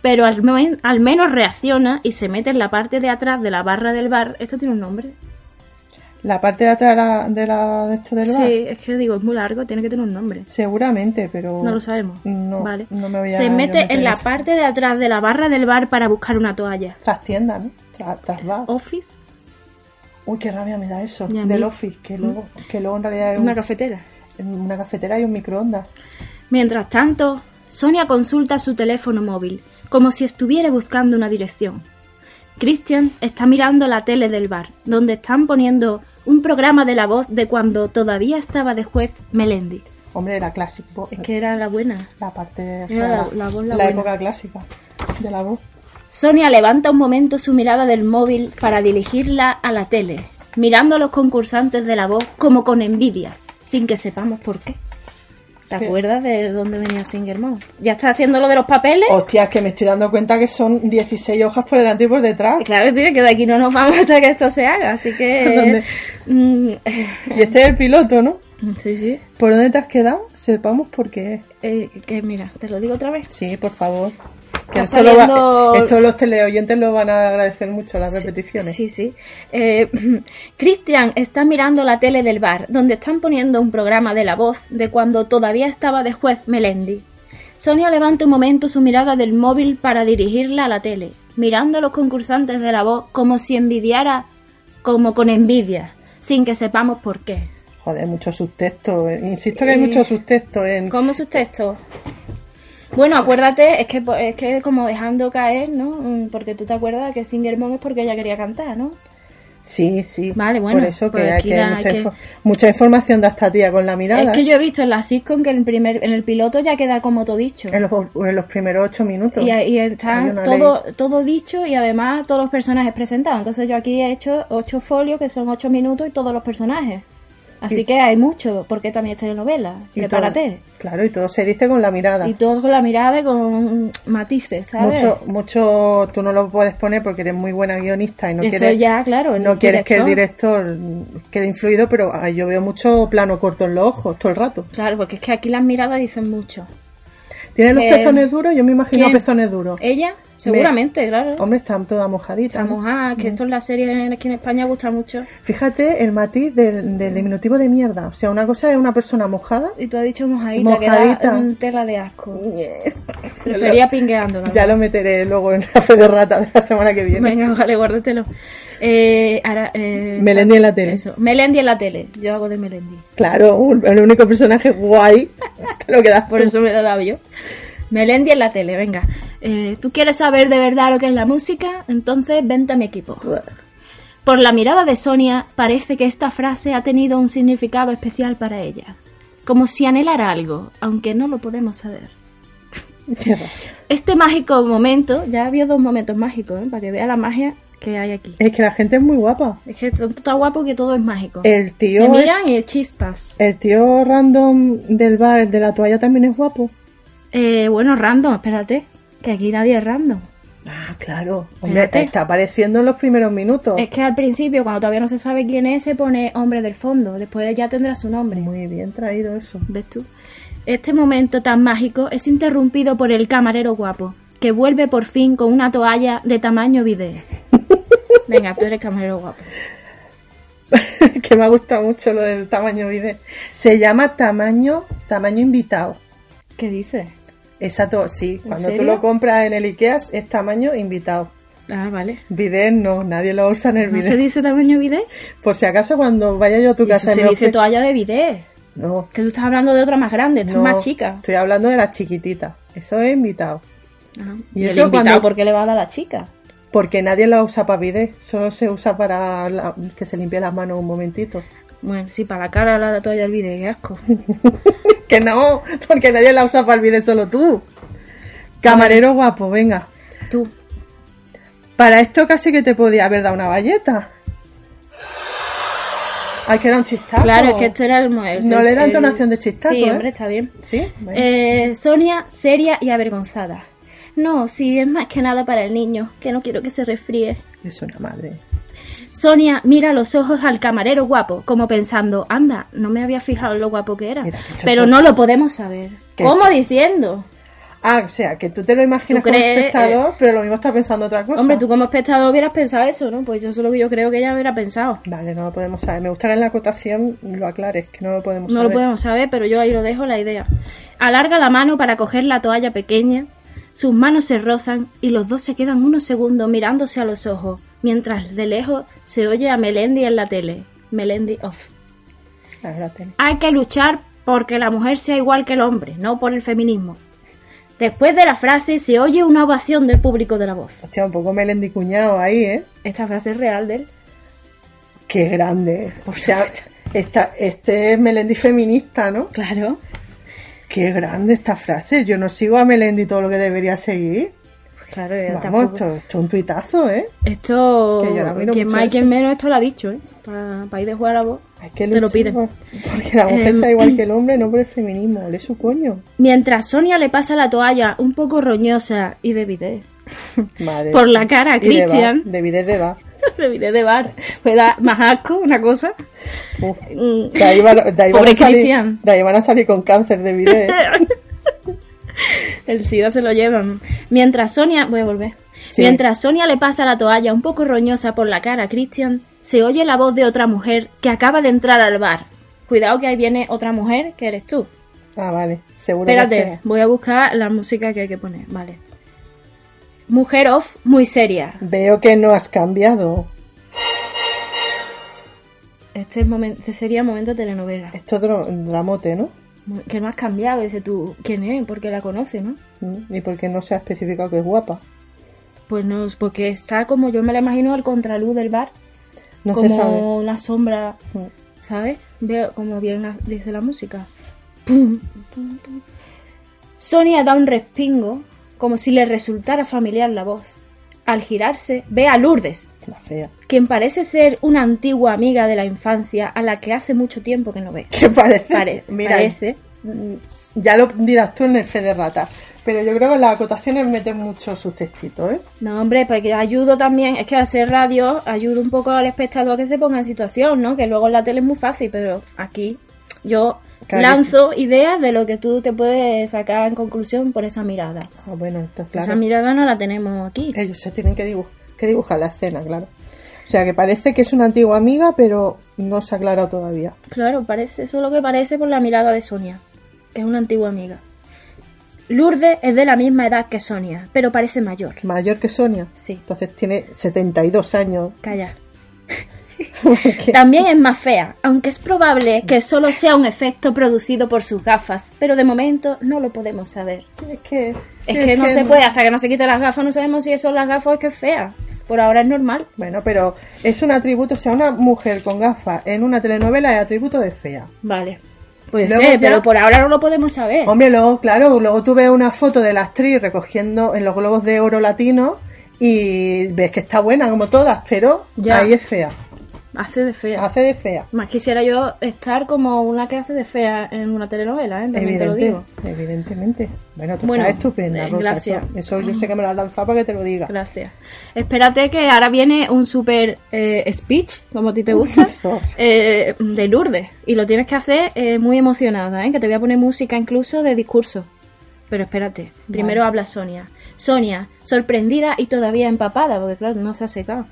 S1: Pero al, men- al menos reacciona y se mete en la parte de atrás de la barra del bar. ¿Esto tiene un nombre?
S2: La parte de atrás de la, de, la- de esto del bar.
S1: Sí, es que digo, es muy largo, tiene que tener un nombre.
S2: Seguramente, pero.
S1: No lo sabemos.
S2: No,
S1: vale.
S2: no me voy a
S1: se
S2: yo
S1: mete
S2: me
S1: en la
S2: interesa.
S1: parte de atrás de la barra del bar para buscar una toalla.
S2: Tras tienda, ¿no? Tras, tras bar.
S1: Office,
S2: Uy, qué rabia me da eso.
S1: Y a
S2: Del
S1: mí. ¿Mm?
S2: office, que luego, que luego en realidad es
S1: una
S2: un-
S1: cafetera.
S2: una cafetera y un microondas.
S1: Mientras tanto, Sonia consulta su teléfono móvil, como si estuviera buscando una dirección. Christian está mirando la tele del bar, donde están poniendo un programa de la voz de cuando todavía estaba de juez Melendi.
S2: Hombre, la clásica. bo-
S1: Es que era la buena.
S2: La parte. o sea,
S1: Era la-
S2: la,
S1: la voz la
S2: la
S1: buena.
S2: época clásica de la voz.
S1: Sonia levanta un momento su mirada del móvil para dirigirla a la tele, mirando a los concursantes de la voz como con envidia, sin que sepamos por qué. ¿Te
S2: ¿Qué?
S1: acuerdas de dónde venía Singerman? ¿Ya está haciendo lo de los papeles?
S2: Hostia, es que me estoy dando cuenta que son 16 hojas por delante y por detrás.
S1: Ah, Claro, tío, que de aquí no nos vamos hasta que esto se haga, así que... mm,
S2: Y este es el piloto, ¿no?
S1: sí, sí.
S2: ¿Por dónde te has quedado? Sepamos por qué.
S1: Eh, que mira, te lo digo otra vez.
S2: Sí, por favor. Que
S1: Está
S2: esto, lo va-
S1: saliendo-
S2: esto los teleoyentes lo van a agradecer mucho, las repeticiones.
S1: Sí, sí. Eh, Cristian está mirando la tele del bar, donde están poniendo un programa de la voz de cuando todavía estaba de juez Melendi. Sonia levanta un momento su mirada del móvil para dirigirla a la tele, mirando a los concursantes de la voz como si envidiara, como con envidia, sin que sepamos por qué.
S2: Joder, mucho subtexto. eh. Insisto que hay
S1: Eh,
S2: mucho subtexto en...
S1: ¿Cómo sus textos? Bueno, acuérdate, es que, po- es que como dejando caer, ¿no? Mm, Porque tú te acuerdas que Singer Mom es porque ella quería cantar, ¿no?
S2: Sí, sí.
S1: Vale, bueno,
S2: por eso que,
S1: pues
S2: hay,
S1: aquí
S2: que hay
S1: la-
S2: mucha,
S1: que-
S2: info- mucha información de esta tía con la mirada.
S1: Es que yo he visto en la sitcom que en el, primer, en el piloto ya queda como todo dicho.
S2: en, los, en los primeros ocho minutos.
S1: Y, y
S2: Hay
S1: está
S2: una
S1: todo, todo dicho y además todos los personajes presentados. Entonces yo aquí he hecho ocho folios que son ocho minutos y todos los personajes. Así
S2: Y-
S1: que hay mucho, porque también es telenovela.
S2: Y
S1: Prepárate.
S2: todo- claro, y todo se dice con la mirada.
S1: Y todo con la mirada y con matices, ¿sabes?
S2: Mucho, mucho tú no lo puedes poner porque eres muy buena guionista y no
S1: Eso
S2: quieres,
S1: ya, claro. el
S2: no quieres que el
S1: director.
S2: director quede influido, pero ah, yo veo mucho plano corto en los ojos todo el rato.
S1: Claro, porque es que aquí las miradas dicen mucho.
S2: ¿Tiene los
S1: Eh,
S2: pezones duros? Yo me imagino
S1: ¿quién? Eh,
S2: pezones duros.
S1: Ella, seguramente, claro.
S2: Hombre, están todas mojaditas.
S1: La
S2: ¿no?
S1: mojada, que esto en la serie aquí en España gusta mucho.
S2: Fíjate el matiz del, del diminutivo de mierda. O sea, una cosa es una persona mojada.
S1: Y tú has dicho mojadita, que
S2: Mojadita.
S1: da mm, tela de asco. Prefería pingueándola.
S2: Ya lo meteré luego en la fe de rata de la semana que viene.
S1: Venga, vale, guárdatelo. Eh, ahora, eh,
S2: Melendi en la tele.
S1: Eso. Melendi en la tele. Yo hago de Melendi.
S2: Claro, un- el único personaje guay. Te lo quedas
S1: Por eso me lo he dado yo. Melendi en la tele, venga. Eh, ¿Tú quieres saber de verdad lo que es la música? Entonces vente a mi equipo. Por la mirada de Sonia, parece que esta frase ha tenido un significado especial para ella. Como si anhelara algo, aunque no lo podemos saber.
S2: Qué raro.
S1: Este mágico momento, ya había dos momentos mágicos, ¿eh? para que vea la magia que hay aquí.
S2: Es que la gente es muy guapa.
S1: Es que tanto está guapo que todo es mágico.
S2: El tío,
S1: Se miran y chispas.
S2: el tío random del bar, el de la toalla, también es guapo.
S1: Eh, bueno, random, espérate, que aquí nadie es random.
S2: Ah, claro. Hombre,
S1: Espérate.
S2: está apareciendo en los primeros minutos.
S1: Es que al principio, cuando todavía no se sabe quién es, se pone hombre del fondo. Después ya tendrá su nombre.
S2: Muy bien traído eso.
S1: ¿Ves tú? Este momento tan mágico es interrumpido por el camarero guapo, que vuelve por fin con una toalla de tamaño bidé. Venga, tú eres camarero guapo.
S2: que me ha gustado mucho lo del tamaño vide. Se llama tamaño, tamaño invitado.
S1: ¿Qué dices?
S2: Exacto, sí.
S1: ¿En
S2: Cuando tú
S1: serio?
S2: lo compras en el IKEA es tamaño invitado.
S1: Ah, vale.
S2: Bidet no, nadie lo usa en el
S1: ¿No se
S2: bidet.
S1: dice tamaño bidet?
S2: Por si acaso cuando vaya yo a tu
S1: Y eso
S2: casa y
S1: se
S2: me
S1: dice
S2: ofre-
S1: toalla de bidet.
S2: No,
S1: Que tú estás hablando de otra más grande, esta es
S2: no,
S1: más chica.
S2: Estoy hablando de las chiquititas. Eso es invitado.
S1: Ah,
S2: Y
S1: ¿Y, el
S2: eso
S1: invitado
S2: cuando-
S1: por qué le va a dar a la chica?
S2: Porque nadie la usa para bidet, solo se usa para la- que se limpie las manos un momentito.
S1: Bueno, sí, para la cara la toalla del bidet, qué asco.
S2: Que no, porque nadie la usa para el bidet, solo tú. Camarero guapo, venga.
S1: Tú,
S2: Para esto casi que te podía haber dado una valleta. Ay, que era un chistazo.
S1: claro, es que este era el... el-
S2: No le da
S1: el-
S2: entonación de chistaco,
S1: Sí,
S2: ¿eh?
S1: hombre, está bien.
S2: Sí, venga.
S1: Eh, Sonia, seria y avergonzada. No, sí, es más que nada para el niño, que no quiero que se resfríe.
S2: es una madre.
S1: Sonia mira a los ojos al camarero guapo, como pensando, anda, no me había fijado en lo guapo que era.
S2: Mira, qué chocho.
S1: Pero no lo podemos saber.
S2: Qué
S1: ¿Cómo
S2: chocho.
S1: diciendo?
S2: Ah, o sea, que tú te lo imaginas
S1: ¿Tú
S2: como
S1: crees, eh,
S2: espectador, pero lo mismo estás pensando otra cosa.
S1: Hombre, tú como espectador hubieras pensado eso, ¿no? Pues yo eso es lo que yo creo que ella hubiera pensado.
S2: Vale, no lo podemos saber. Me gusta que en la acotación lo aclares, que no lo podemos
S1: No
S2: saber.
S1: lo podemos saber, pero yo ahí lo dejo la idea. Alarga la mano para coger la toalla pequeña, sus manos se rozan y los dos se quedan unos segundos mirándose a los ojos, mientras de lejos se oye a Melendi en la tele. Melendi off.
S2: Claro, la tele.
S1: Hay que luchar porque la mujer sea igual que el hombre, no por el feminismo. Después de la frase se oye una ovación del público de la voz.
S2: Hostia, un poco Melendi cuñado ahí, ¿eh?
S1: Esta frase es real de él.
S2: Qué grande. O sea, esta, este es Melendi feminista, ¿no?
S1: Claro.
S2: Qué grande esta frase. Yo no sigo a Melendi todo lo que debería seguir.
S1: Pues claro, eh,
S2: Vamos,
S1: tampoco-
S2: esto, esto es un tuitazo, ¿eh?
S1: Esto,
S2: Que yo la miro
S1: quien
S2: mucho
S1: más y quien
S2: eso.
S1: menos, esto lo ha dicho, ¿eh? Para ir de jugar a la voz.
S2: Hay que
S1: Te lo
S2: luchar
S1: piden.
S2: por- Porque la mujer
S1: Em,
S2: sea igual que el hombre, no por el feminismo. Le su coño.
S1: Mientras Sonia le pasa la toalla un poco roñosa y de bidet.
S2: Madre.
S1: Por la cara a
S2: Y de bar,
S1: Cristian.
S2: De bidet de bar.
S1: de bidet de bar. Pues da más asco una cosa.
S2: Uf.
S1: Mm.
S2: De ahí, van, de ahí van
S1: Pobre
S2: a salir,
S1: Cristian.
S2: de ahí van a salir con cáncer de bidet.
S1: El SIDA se lo llevan. Mientras Sonia... Voy a volver.
S2: Sí.
S1: Mientras Sonia le pasa la toalla un poco roñosa por la cara a Cristian, se oye la voz de otra mujer que acaba de entrar al bar. Cuidado que ahí viene otra mujer que eres tú.
S2: Ah, vale. Seguro que
S1: Espérate,
S2: es
S1: voy a buscar la música que hay que poner. Vale. Mujer off muy seria.
S2: que- Veo que no has cambiado.
S1: Este, es momen- este sería momento telenovela.
S2: Esto es dro- dramote, ¿no?
S1: Que no has cambiado, dice tú. ¿Quién es? Porque la conoce, ¿no?
S2: Mm, Y porque no se ha especificado que es guapa.
S1: Pues no, es porque está como yo me la imagino al contraluz del bar.
S2: No
S1: como
S2: se sabe.
S1: una sombra,
S2: Mm.
S1: ¿sabes? Veo como bien ha- dice la música. Pum, pum, pum. Sonia da un respingo, como si le resultara familiar la voz. Al girarse, ve a Lourdes,
S2: La fea.
S1: quien parece ser una antigua amiga de la infancia a la que hace mucho tiempo que no ve.
S2: ¿Qué parece?
S1: Pare- parece.
S2: mm, Ya lo dirás tú en el fe de rata. Pero yo creo que en las acotaciones meten mucho sus textitos, ¿eh?
S1: No, hombre, pues que ayudo también, es que hacer radio ayuda un poco al espectador que se ponga en situación, ¿no? Que luego en la tele es muy fácil, pero aquí yo
S2: Claro,
S1: lanzo ideas de lo que tú te puedes sacar en conclusión por esa mirada.
S2: Ah, bueno, entonces
S1: Esa
S2: claro. Eh.
S1: mirada no la tenemos aquí.
S2: Ellos se tienen que, dibuj- que dibujar la escena, claro. O sea, que parece que es una antigua amiga, pero no se ha aclarado todavía.
S1: Claro, parece, eso es lo que parece por la mirada de Sonia, que es una antigua amiga. Lourdes es de la misma edad que Sonia, pero parece mayor.
S2: Mayor que Sonia.
S1: Sí,
S2: Entonces tiene 72 años.
S1: calla.
S2: Porque-
S1: También es más fea, aunque es probable que solo sea un efecto producido por sus gafas, pero de momento no lo podemos saber.
S2: es que,
S1: Es
S2: sí,
S1: que no se puede, hasta que no se quite las gafas, no sabemos si eso son las gafas o es que es fea. Por ahora es normal.
S2: Bueno, pero es un atributo, o sea, una mujer con gafas en una telenovela es atributo de fea.
S1: Vale. Puede
S2: Luego
S1: ser,
S2: ya-
S1: pero por ahora no lo podemos saber.
S2: Hombre, luego, claro, luego tú ves una foto de la actriz recogiendo en los globos de oro latino y ves que está buena como todas, pero
S1: Ya.
S2: ahí es fea,
S1: Hace de fea.
S2: hace de fea.
S1: Más quisiera yo estar como una que hace de fea en una telenovela, ¿eh? También te lo
S2: Evidente-
S1: digo.
S2: Evidentemente. Bueno, tú
S1: Bueno,
S2: estás estupenda,
S1: eh,
S2: Rosa. Eso,
S1: gracias. Mm.
S2: eso yo sé que me lo has lanzado para que te lo diga.
S1: Gracias. Espérate que ahora viene un super eh, speech, como a ti te gusta, eh, de Lourdes. Y lo tienes que hacer eh, muy emocionada, ¿eh? que te voy a poner música incluso de discurso. Pero espérate, primero
S2: Vale.
S1: habla Sonia. Sonia, sorprendida y todavía empapada, porque claro, no se ha secado.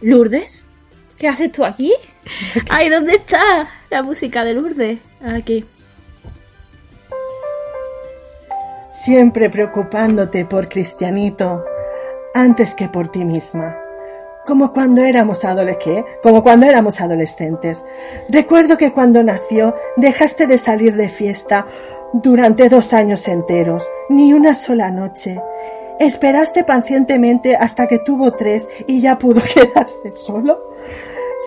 S1: Lourdes, ¿qué haces tú aquí? Ay, ¿dónde está la música de Lourdes? Aquí.
S2: siempre preocupándote por Cristianito antes que por ti misma. Como cuando éramos adolescentes, como cuando éramos adolescentes. Recuerdo que cuando nació dejaste de salir de fiesta durante dos años enteros, ni una sola noche. Esperaste pacientemente hasta que tuvo tres y ya pudo quedarse solo.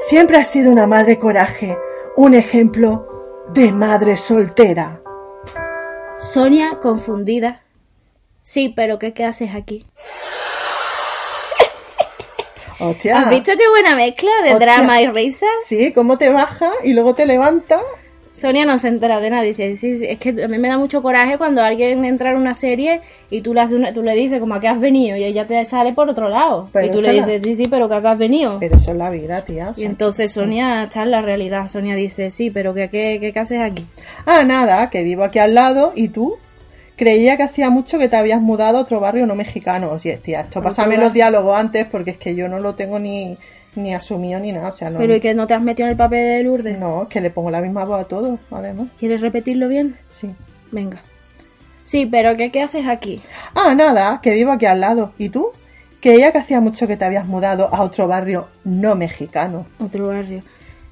S2: Siempre has sido una madre coraje, un ejemplo de madre soltera.
S1: Sonia, confundida. Sí, pero ¿qué, qué haces aquí?
S2: Hostia.
S1: ¿Has visto qué buena mezcla de
S2: Hostia.
S1: drama y risa?
S2: Sí, cómo te baja y luego te levanta.
S1: Sonia no se entera de nada. Dice, sí, sí, es que a mí me da mucho coraje cuando alguien entra en una serie y tú le, haces una- tú le dices, como, ¿a qué has venido? Y ella te sale por otro lado.
S2: Pero
S1: y tú
S2: eso
S1: le
S2: no-
S1: dices, sí, sí, pero ¿a qué has venido?
S2: Pero eso es la vida, tía. o
S1: Y
S2: sea,
S1: entonces
S2: eso-
S1: Sonia está en la realidad. Sonia dice, sí, pero ¿qué, qué, qué, qué haces aquí?
S2: Ah, nada, que vivo aquí al lado y tú. Creía que hacía mucho que te habías mudado a otro barrio no mexicano. Oye, tía, esto
S1: Otro
S2: pásame
S1: barrio.
S2: los diálogos antes porque es que yo no lo tengo ni, ni asumido ni nada. O sea, no,
S1: Pero ¿y que no te has metido en el papel de Lourdes?
S2: no, es que le pongo la misma voz a todos, además.
S1: ¿Quieres repetirlo bien?
S2: Sí.
S1: Venga. Sí, pero ¿qué, qué haces aquí?
S2: Ah, nada, que vivo aquí al lado. ¿Y tú? Creía que hacía mucho que te habías mudado a otro barrio no mexicano.
S1: Otro barrio.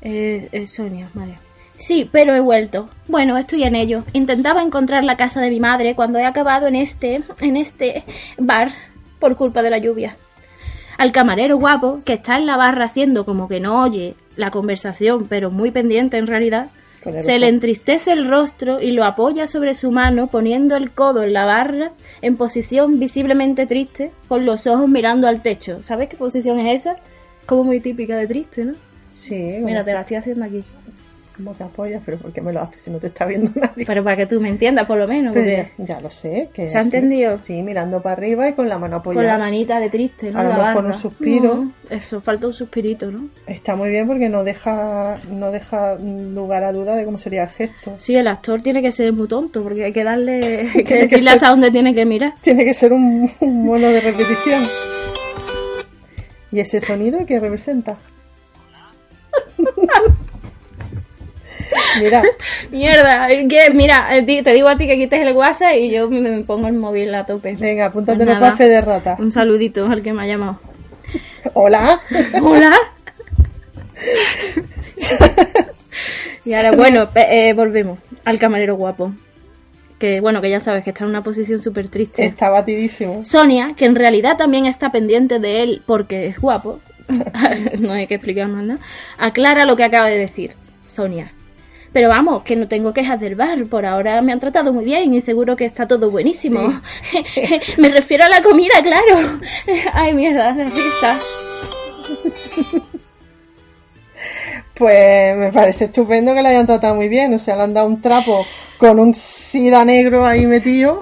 S1: Eh, eh, Sonia, vale. Sí, pero he vuelto. Bueno, estoy en ello. Intentaba encontrar la casa de mi madre cuando he acabado en este, en este bar por culpa de la lluvia. Al camarero guapo, que está en la barra haciendo como que no oye la conversación, pero muy pendiente en realidad,
S2: Con el
S1: se
S2: ojo.
S1: le entristece el rostro y lo apoya sobre su mano poniendo el codo en la barra en posición visiblemente triste, con los ojos mirando al techo. ¿Sabes qué posición es esa? Como muy típica de triste, ¿no?
S2: Sí,
S1: Mira, te la estoy haciendo aquí.
S2: ¿cómo te apoyas? Pero ¿por qué me lo haces si no te está viendo nadie?
S1: Pero para que tú me entiendas, por lo menos,
S2: Pero
S1: porque
S2: Pues ya, ya lo sé. Que
S1: ¿Se ha
S2: sí.
S1: entendido?
S2: Sí, mirando para arriba y con la mano apoyada.
S1: con la manita de triste, ¿no?
S2: pues A lo
S1: La
S2: mejor
S1: barra.
S2: un suspiro.
S1: No, eso, falta un suspirito, ¿no?
S2: Está muy bien porque no deja, no deja lugar a duda de cómo sería el gesto.
S1: Sí, el actor tiene que ser muy tonto, porque hay que darle, hay que
S2: Tiene que
S1: decirle
S2: ser-
S1: hasta dónde tiene que mirar.
S2: Tiene que ser un, un mono de repetición. ¿Y ese sonido que representa? Mira,
S1: Mierda, que, mira, eh, di- te digo a ti que quites el WhatsApp y yo me, me pongo el móvil a tope.
S2: venga, apúntate
S1: Pues
S2: los
S1: nada.
S2: cafés de rata.
S1: Un saludito al que me ha llamado.
S2: Hola.
S1: Hola. y ahora, bueno, pe- eh, volvemos al camarero guapo. Que bueno, que ya sabes que está en una posición súper triste.
S2: Está batidísimo.
S1: Sonia, que en realidad también está pendiente de él porque es guapo, no hay que explicar más nada, aclara lo que acaba de decir, Sonia. Pero vamos, que no tengo quejas del bar, por ahora me han tratado muy bien y seguro que está todo buenísimo. me refiero a la comida, claro. Ay, mierda, la risa.
S2: Pues me parece estupendo que la hayan tratado muy bien. O sea, le han dado un trapo con un sida negro ahí metido.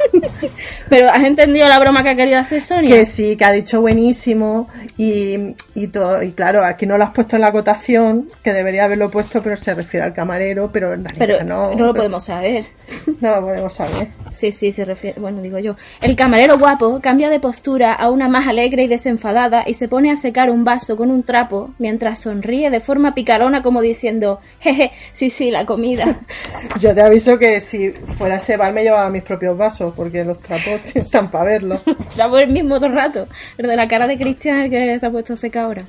S1: Pero ¿has entendido la broma que ha querido hacer Sonia?
S2: Que sí, que ha dicho buenísimo y, y todo. Y claro, aquí no lo has puesto en la acotación, que debería haberlo puesto, pero se refiere al camarero, pero en realidad
S1: Pero
S2: no.
S1: no lo podemos saber.
S2: No lo podemos saber.
S1: Sí, sí, se refiere. Bueno, digo yo. El camarero guapo cambia de postura a una más alegre y desenfadada y se pone a secar un vaso con un trapo mientras sonríe de forma picarona, como diciendo: Jeje, sí, sí, la comida.
S2: Yo te aviso que si fuera ese bar me llevaba mis propios vasos, porque los trapos están para verlo.
S1: trapo el mismo todo el rato. El de la cara de Cristian el que se ha puesto seca ahora.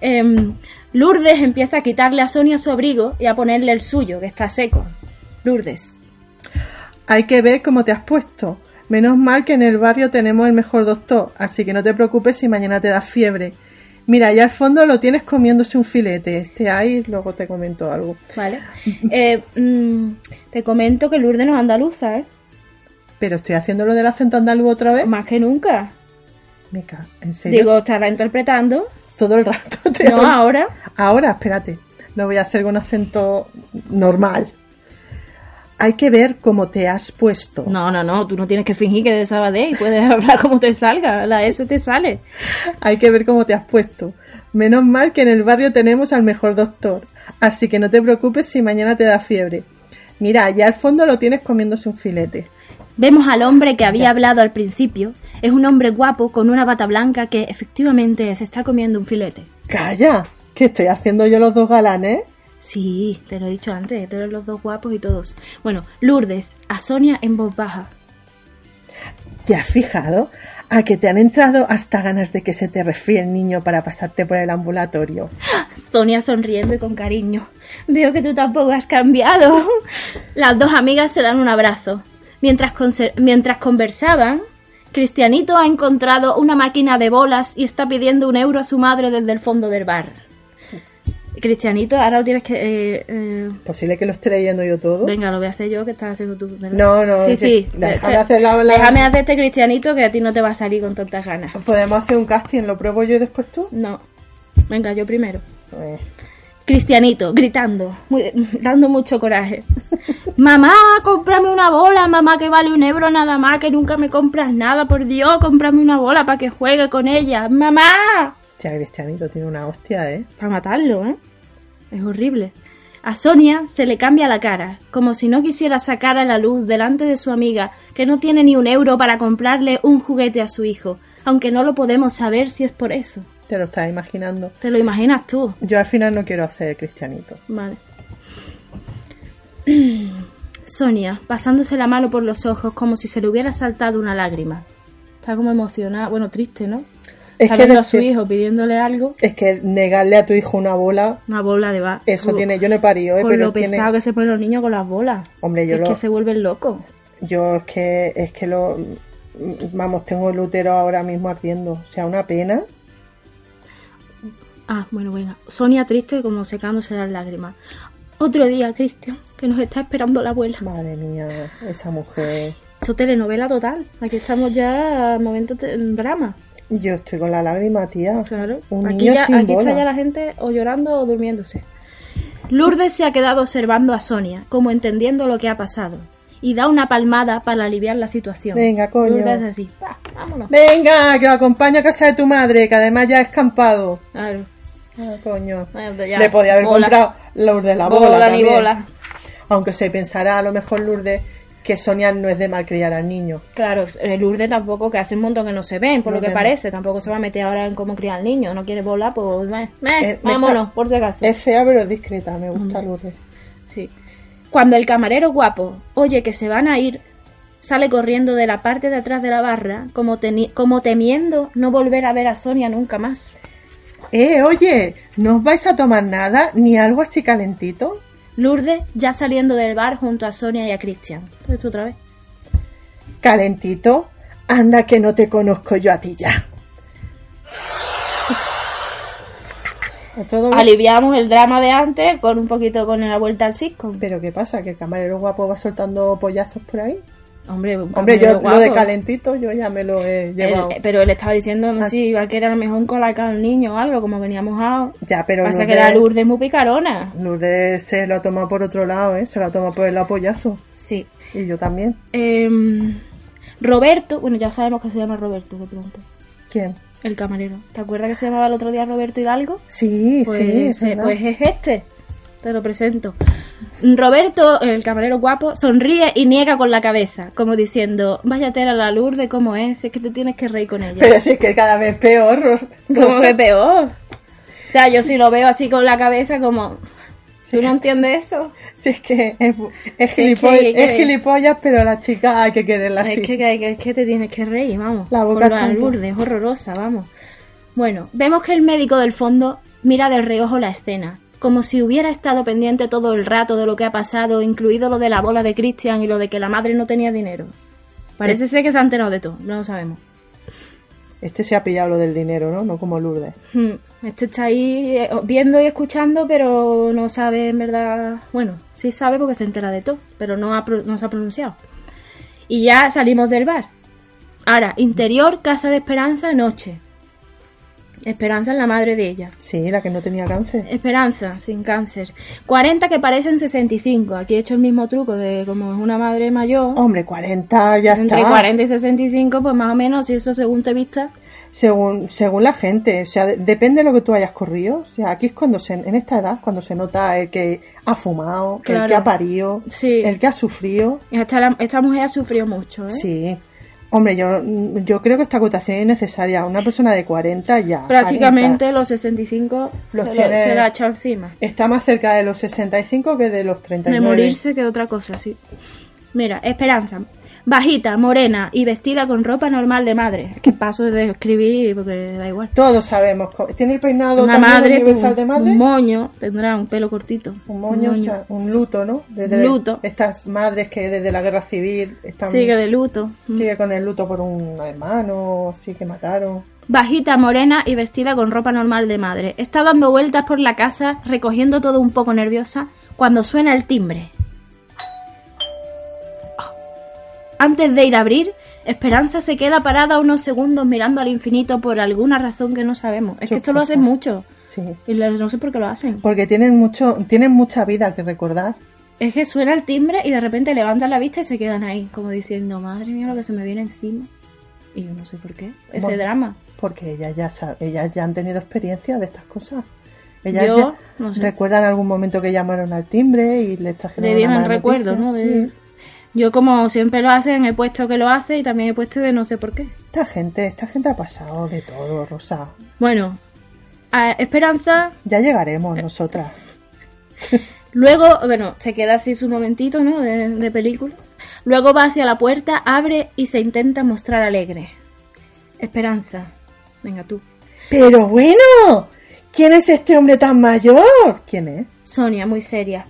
S1: Em, Lourdes empieza a quitarle a Sonia su abrigo y a ponerle el suyo, que está seco. Lourdes.
S2: Hay que ver cómo te has puesto. Menos mal que en el barrio tenemos el mejor doctor, así que no te preocupes si mañana te da fiebre. Mira, allá al fondo lo tienes comiéndose un filete. Este ahí, luego te comento algo.
S1: ¿Vale? Eh, mm, te comento que Lourdes no es andaluza, ¿eh?
S2: Pero estoy haciendo lo del acento andaluz otra vez.
S1: Más que nunca.
S2: Me ca- en ¿Eh? serio.
S1: Digo, estará interpretando.
S2: todo el rato. te
S1: No
S2: hablo.
S1: ahora.
S2: Ahora, espérate, lo voy a hacer con acento normal. Hay que ver cómo te has puesto.
S1: No, no, no. Tú no tienes que fingir que desabadé y puedes hablar como te salga. La S te sale.
S2: Hay que ver cómo te has puesto. Menos mal que en el barrio tenemos al mejor doctor. Así que no te preocupes si mañana te da fiebre. Mira, allá al fondo lo tienes comiéndose un filete.
S1: Vemos al hombre que había hablado al principio. Es un hombre guapo con una bata blanca que efectivamente se está comiendo un filete.
S2: Calla, que estoy haciendo yo los dos galanes.
S1: Sí, te lo he dicho antes. Todos los dos guapos y todos. Bueno, Lourdes, a Sonia en voz baja.
S2: ¿Te has fijado? A que te han entrado hasta ganas de que se te refríe el niño para pasarte por el ambulatorio.
S1: Sonia sonriendo y con cariño. Veo que tú tampoco has cambiado. Las dos amigas se dan un abrazo. Mientras, conser- mientras conversaban, Cristianito ha encontrado una máquina de bolas y está pidiendo un euro a su madre desde el fondo del bar. Cristianito, ahora lo tienes que... eh, eh,
S2: ¿Posible que lo esté leyendo yo todo?
S1: venga, lo voy a hacer yo, que estás haciendo tú. ¿verdad?
S2: No, no,
S1: Sí,
S2: que-
S1: sí. Este,
S2: déjame hacer la- la-
S1: Déjame hacer este Cristianito que a ti no te va a salir con tantas ganas.
S2: ¿Podemos hacer un casting? ¿Lo pruebo yo y después tú?
S1: No. Venga, yo primero.
S2: Eh,
S1: Cristianito, gritando, muy- dando mucho coraje. mamá, cómprame una bola, mamá, que vale un euro nada más, que nunca me compras nada, por Dios, cómprame una bola para que juegue con ella. ¡Mamá!
S2: Hostia, Cristianito tiene una hostia, ¿eh?
S1: Para matarlo, ¿eh? Es horrible. A Sonia se le cambia la cara, como si no quisiera sacar a la luz delante de su amiga que no tiene ni un euro para comprarle un juguete a su hijo, aunque no lo podemos saber si es por eso.
S2: Te lo estás imaginando.
S1: ¿Te lo imaginas tú?
S2: Yo al final no quiero hacer Cristianito.
S1: Vale. Sonia, pasándose la mano por los ojos como si se le hubiera saltado una lágrima. Está como emocionada, bueno, triste, ¿no?
S2: Es
S1: Está
S2: que
S1: viendo a su
S2: decir-
S1: hijo pidiéndole algo,
S2: Es que negarle a tu hijo una bola,
S1: una bola de va.
S2: eso
S1: Uf,
S2: tiene. Yo no he parido, ¿eh?
S1: Con
S2: pero
S1: lo
S2: tiene.
S1: pesado que se ponen los niños con las bolas.
S2: Hombre, yo
S1: es
S2: lo-
S1: que se vuelven locos.
S2: Yo es que, es que lo. Vamos, tengo el útero ahora mismo ardiendo. O sea, una pena.
S1: Ah, bueno, venga. Sonia triste como secándose las lágrimas. Otro día, Cristian, que nos está esperando la abuela.
S2: Madre mía, esa mujer.
S1: Esto es telenovela total. Aquí estamos ya momento te- drama.
S2: Yo estoy con la lágrima, tía.
S1: Claro.
S2: Un
S1: aquí
S2: niño
S1: ya-
S2: sin
S1: aquí
S2: bola.
S1: está ya la gente o llorando o durmiéndose. Lourdes se ha quedado observando a Sonia, como entendiendo lo que ha pasado, y da una palmada para aliviar la situación.
S2: Venga, coño.
S1: Lourdes así. "Ah, vámonos.
S2: Venga, que lo acompaño a casa de tu madre, que además ya ha escampado.
S1: Claro.
S2: Ah, coño.
S1: Bueno, ya,
S2: Le podía haber
S1: bola.
S2: comprado Lourdes de la bola,
S1: Bola ni
S2: también.
S1: bola.
S2: Aunque se pensará a lo mejor Lourdes que Sonia no es de malcriar al niño.
S1: Claro, eh, Lourdes tampoco, que hace un montón que no se ven, por
S2: No
S1: lo que
S2: se ven.
S1: parece. Tampoco se va a meter ahora en cómo criar al niño. No quiere volar, pues meh, meh,
S2: Eh, me
S1: vámonos,
S2: está-
S1: por si acaso.
S2: Es fea pero es discreta, me gusta Lourdes.
S1: Sí. Cuando el camarero guapo oye que se van a ir, sale corriendo de la parte de atrás de la barra, como, teni- como temiendo no volver a ver a Sonia nunca más.
S2: Eh, oye, ¿no os vais a tomar nada ni algo así calentito?
S1: Lourdes ya saliendo del bar junto a Sonia y a Cristian. Esto otra vez.
S2: ¿Calentito? Anda que no te conozco yo a ti ya. A todo ves-
S1: Aliviamos el drama de antes con un poquito con la vuelta al sitcom.
S2: Pero ¿qué pasa? ¿Que el camarero guapo va soltando pollazos por ahí?
S1: Hombre, un
S2: Hombre, yo
S1: camarero
S2: lo de
S1: guapo.
S2: calentito yo ya me lo he
S1: Él-
S2: llevado.
S1: pero él estaba diciendo, no
S2: Ah.
S1: sé, iba que era a lo mejor un colacao al niño o algo, como venía mojado.
S2: ya, pero
S1: Pasa que
S2: Lourdes-
S1: la Lourdes es muy picarona.
S2: Lourdes se lo ha tomado por otro lado, ¿eh? Se lo ha tomado por el apoyazo.
S1: Sí.
S2: Y yo también.
S1: Em, Roberto, bueno, ya sabemos que se llama Roberto de pronto,
S2: ¿Quién?
S1: el camarero. ¿Te acuerdas que se llamaba el otro día Roberto Hidalgo?
S2: Sí,
S1: Pues,
S2: sí, es
S1: eh,
S2: verdad.
S1: pues es este, te lo presento. Roberto, el camarero guapo, sonríe y niega con la cabeza, como diciendo, vaya tela la luz de cómo es, es que te tienes que reír con ella.
S2: Pero sí, que cada vez peor. Ros-
S1: como
S2: Rosa.
S1: que peor. O sea, yo si lo veo así con la cabeza como, ¿tú
S2: Sí.
S1: no entiendes eso?
S2: Sí, es que es, bu- es,
S1: Sí, es que-
S2: gilipoll-
S1: que- que-
S2: es gilipollas, pero la chica hay que quererla así.
S1: Es que, que- que- es que te tienes que reír, vamos.
S2: La boca
S1: con la
S2: champú.
S1: Lourdes, es horrorosa, vamos. Bueno, vemos que el médico del fondo mira de reojo la escena, como si hubiera estado pendiente todo el rato de lo que ha pasado, incluido lo de la bola de Cristian y lo de que la madre no tenía dinero.
S2: Eh.
S1: Parece ser que se ha enterado de todo, no lo sabemos.
S2: Este se ha pillado lo del dinero, ¿no? No como Lourdes.
S1: Hmm, Este está ahí eh, viendo y escuchando, pero no sabe en verdad. Bueno, sí sabe porque se entera de todo, pero no, ha pro- no se ha pronunciado. Y ya salimos del bar. Ahora, interior, casa de Esperanza, noche. Esperanza es la madre de ella.
S2: Sí, la que no tenía
S1: Eh,
S2: cáncer.
S1: Esperanza, sin cáncer. 40 que parecen 65. Aquí he hecho el mismo truco de como es una madre mayor.
S2: Hombre, 40 Oh, ya
S1: entre
S2: está.
S1: 40 y 65, pues más o menos, si eso según te vista,
S2: Según, según la gente, o sea, de- depende de lo que tú hayas corrido. O sea, aquí es cuando se, en esta edad, cuando se nota el que ha fumado, el
S1: Claro.
S2: que ha parido,
S1: Sí.
S2: el que ha sufrido.
S1: Esta, la- esta mujer ha sufrido mucho, ¿eh?
S2: Sí. Hombre, yo, yo creo que esta acotación es innecesaria. Una persona de 40 ya. 40,
S1: Prácticamente los 65
S2: Los
S1: se,
S2: tiene-
S1: lo, se la ha echado encima.
S2: está más cerca de los 65 que de los
S1: De
S2: 39.
S1: morirse que de otra cosa, sí. Mira, Esperanza. bajita, morena y vestida con ropa normal de madre. Es que paso de escribir porque da igual.
S2: Todos sabemos. co- Tiene el peinado
S1: Una
S2: también
S1: madre, pues,
S2: universal de madre.
S1: un moño, tendrá un pelo cortito.
S2: Un moño, o sea, un luto, ¿no? Desde
S1: Luto.
S2: Estas madres que desde la guerra civil están
S1: Sigue de luto. Mm.
S2: sigue con el luto por un hermano, sí que mataron.
S1: Bajita, morena y vestida con ropa normal de madre. Está dando vueltas por la casa, recogiendo todo un poco nerviosa, cuando suena el timbre. Oh. Antes de ir a abrir, Esperanza se queda parada unos segundos mirando al infinito por alguna razón que no sabemos. Es que esto lo
S2: Chocosa.
S1: hacen mucho.
S2: Sí.
S1: Y lo- no sé por qué lo hacen.
S2: Porque tienen mucho, tienen mucha vida que recordar.
S1: Es que suena el timbre y de repente levantan la vista y se quedan ahí, como diciendo, madre mía, lo que se me viene encima. Y yo no sé por qué. Ese
S2: Bueno.
S1: drama.
S2: Porque ellas ya sa- ellas ya han tenido experiencia de estas cosas. Ellas
S1: Yo,
S2: ya
S1: no sé.
S2: recuerdan algún momento que llamaron al timbre y les trajeron
S1: Le
S2: una
S1: vienen
S2: mala
S1: recuerdos, ¿no?
S2: noticia.
S1: De-
S2: Sí.
S1: Yo como siempre lo hacen, he puesto que lo hace y también he puesto de no sé por qué.
S2: Esta gente, esta gente ha pasado de todo, Rosa.
S1: Bueno, a Esperanza,
S2: Ya llegaremos nosotras.
S1: luego, bueno, se queda así su momentito, ¿no? De, de película. Luego va hacia la puerta, abre y se intenta mostrar alegre. Esperanza, venga tú.
S2: Pero bueno, ¿quién es este hombre tan mayor? ¿Quién es?
S1: Sonia, muy seria.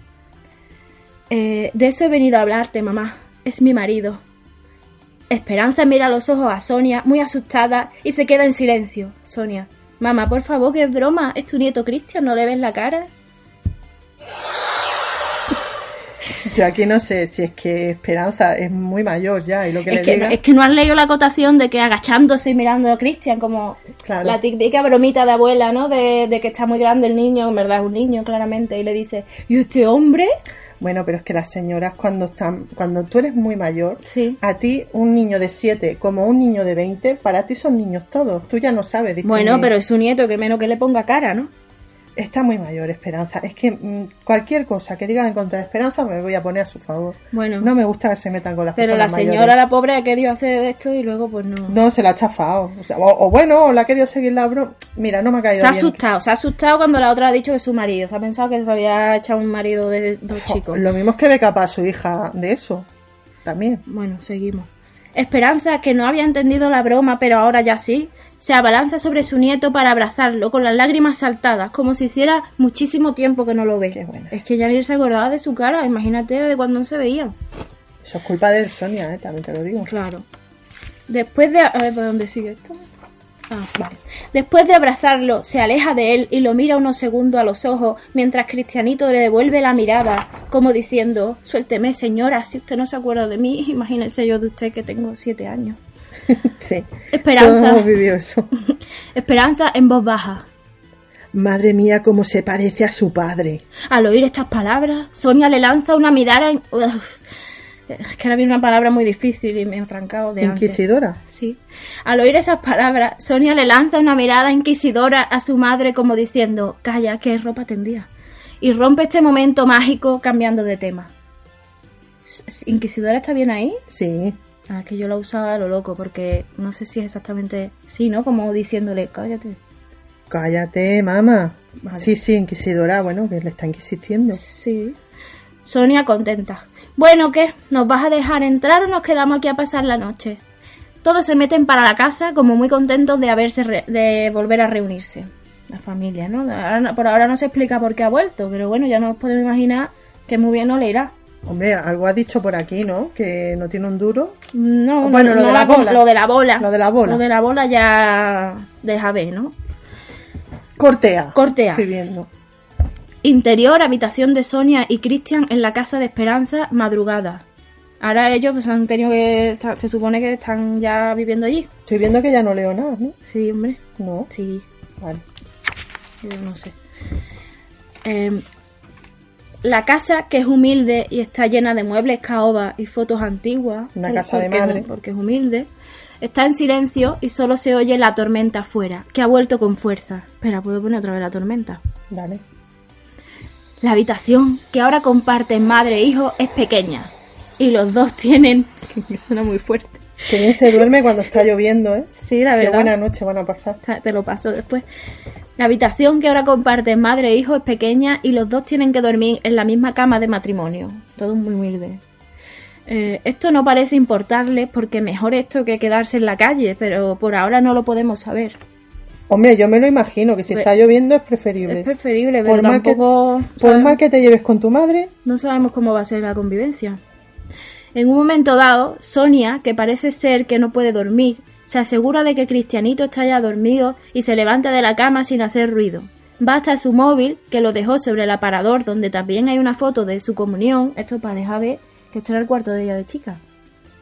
S1: Eh, de eso he venido a hablarte, mamá. Es mi marido. Esperanza mira a los ojos a Sonia, muy asustada, y se queda en silencio. Sonia, mamá, por favor, que es broma. Es tu nieto Cristian, ¿no le ves la cara?
S2: Yo aquí no sé si es que Esperanza es muy mayor ya y lo que
S1: Es
S2: le
S1: que, no,
S2: diga.
S1: es que no has leído la acotación de que agachándose y mirando a Cristian, como
S2: Claro.
S1: la típica bromita de abuela, ¿no? De, de que está muy grande el niño, en verdad es un niño, claramente, y le dice, ¿y este hombre?
S2: Bueno, pero es que las señoras cuando están, cuando tú eres muy mayor,
S1: Sí.
S2: a ti un niño de 7 como un niño de 20, para ti son niños todos. Tú ya no sabes. distinguir.
S1: Bueno, pero es su nieto, que menos que le ponga cara, ¿no?
S2: está muy mayor Esperanza. Es que mm, cualquier cosa que digan en contra de Esperanza me voy a poner a su favor.
S1: Bueno.
S2: No me gusta que se metan con las
S1: Pero la
S2: personas
S1: señora,
S2: mayores.
S1: la pobre, ha querido hacer esto y luego, pues no.
S2: No, se la ha chafado. O, sea, o- o bueno, o la ha querido seguir la broma. Mira, no me ha caído
S1: se ha
S2: bien.
S1: asustado, se ha asustado cuando la otra ha dicho que es su marido. Se ha pensado que se había echado un marido de dos
S2: Jo,
S1: chicos.
S2: Lo mismo es que ve capaz su hija de eso. También.
S1: Bueno, seguimos. Esperanza, que no había entendido la broma, pero ahora ya sí, se abalanza sobre su nieto para abrazarlo, con las lágrimas saltadas, como si hiciera muchísimo tiempo que no lo ve.
S2: Qué buena.
S1: Es que ya ni se acordaba de su cara, imagínate de cuando no se veía.
S2: Eso es culpa de Sonia, eh, también te lo digo.
S1: Claro. Después de. A ver, ¿por dónde sigue esto? Ah, vale. Después de abrazarlo, se aleja de él y lo mira unos segundos a los ojos, mientras Cristianito le devuelve la mirada, como diciendo: Suélteme, señora, si usted no se acuerda de mí, imagínese yo de usted que tengo siete años.
S2: sí. Todos
S1: Esperanza.
S2: hemos vivido eso.
S1: Esperanza en voz baja.
S2: Madre mía, cómo se parece a su padre.
S1: Al oír estas palabras, Sonia le lanza una mirada. en- Uf. Es que ahora viene una palabra muy difícil y me he trancado de antes.
S2: Inquisidora.
S1: Sí. Al oír esas palabras, Sonia le lanza una mirada inquisidora a su madre como diciendo, calla, qué ropa tendría. Y rompe este momento mágico cambiando de tema. S- ¿Inquisidora está bien ahí?
S2: Sí.
S1: Ah, que yo la usaba a lo loco porque no sé si es exactamente... Sí, ¿no? Como diciéndole, cállate.
S2: Cállate, mamá.
S1: Vale.
S2: Sí, sí, inquisidora. Bueno, que le está inquisitiendo.
S1: Sí. Sonia contenta. Bueno, ¿qué? ¿Nos vas a dejar entrar o nos quedamos aquí a pasar la noche? Todos se meten para la casa como muy contentos de haberse re- de volver a reunirse. La familia, ¿no? Ahora no- por ahora no se explica por qué ha vuelto, pero bueno, ya nos podemos imaginar que muy bien no le irá.
S2: Hombre, algo ha dicho por aquí, ¿no? Que no tiene un duro.
S1: No,
S2: Bueno,
S1: no-
S2: lo
S1: no
S2: de la
S1: com-
S2: bola.
S1: Lo de la bola.
S2: Lo de la bola.
S1: Lo de la bola ya deja ver, ¿no?
S2: Cortea.
S1: Cortea.
S2: Estoy viendo.
S1: Interior, habitación de Sonia y Cristian en la casa de Esperanza, madrugada. Ahora ellos pues, han tenido que. estar- se supone que están ya viviendo allí.
S2: Estoy viendo que ya no leo nada, ¿no?
S1: Sí, hombre.
S2: No.
S1: Sí,
S2: Vale.
S1: yo no sé. Em, la casa, que es humilde y está llena de muebles caoba y fotos antiguas.
S2: Una
S1: por-
S2: casa de
S1: porque es-
S2: madre.
S1: porque es humilde. Está en silencio y solo se oye la tormenta afuera, que ha vuelto con fuerza. Espera, puedo poner otra vez la tormenta.
S2: Dale.
S1: La habitación que ahora comparten madre e hijo es pequeña y los dos tienen... que Suena muy fuerte.
S2: Que bien se duerme cuando está lloviendo, ¿eh?
S1: Sí, la
S2: Qué
S1: verdad.
S2: buena noche van a pasar.
S1: Ta- Te lo paso después. La habitación que ahora comparten madre e hijo es pequeña y los dos tienen que dormir en la misma cama de matrimonio. Todo muy humilde. eh, esto no parece importarles porque mejor esto que quedarse en la calle, pero por ahora no lo podemos saber.
S2: Hombre, yo me lo imagino, que si
S1: Pues-
S2: está lloviendo es preferible.
S1: Es preferible, pero
S2: por, mal que,
S1: tampoco...
S2: por
S1: sabemos-
S2: mal que te lleves con tu madre,
S1: No sabemos cómo va a ser la convivencia. En un momento dado, Sonia, que parece ser que no puede dormir, se asegura de que Cristianito está ya dormido y se levanta de la cama sin hacer ruido. Va hasta su móvil, que lo dejó sobre el aparador, donde también hay una foto de su comunión. Esto para dejar ver que este era el cuarto de ella de chica.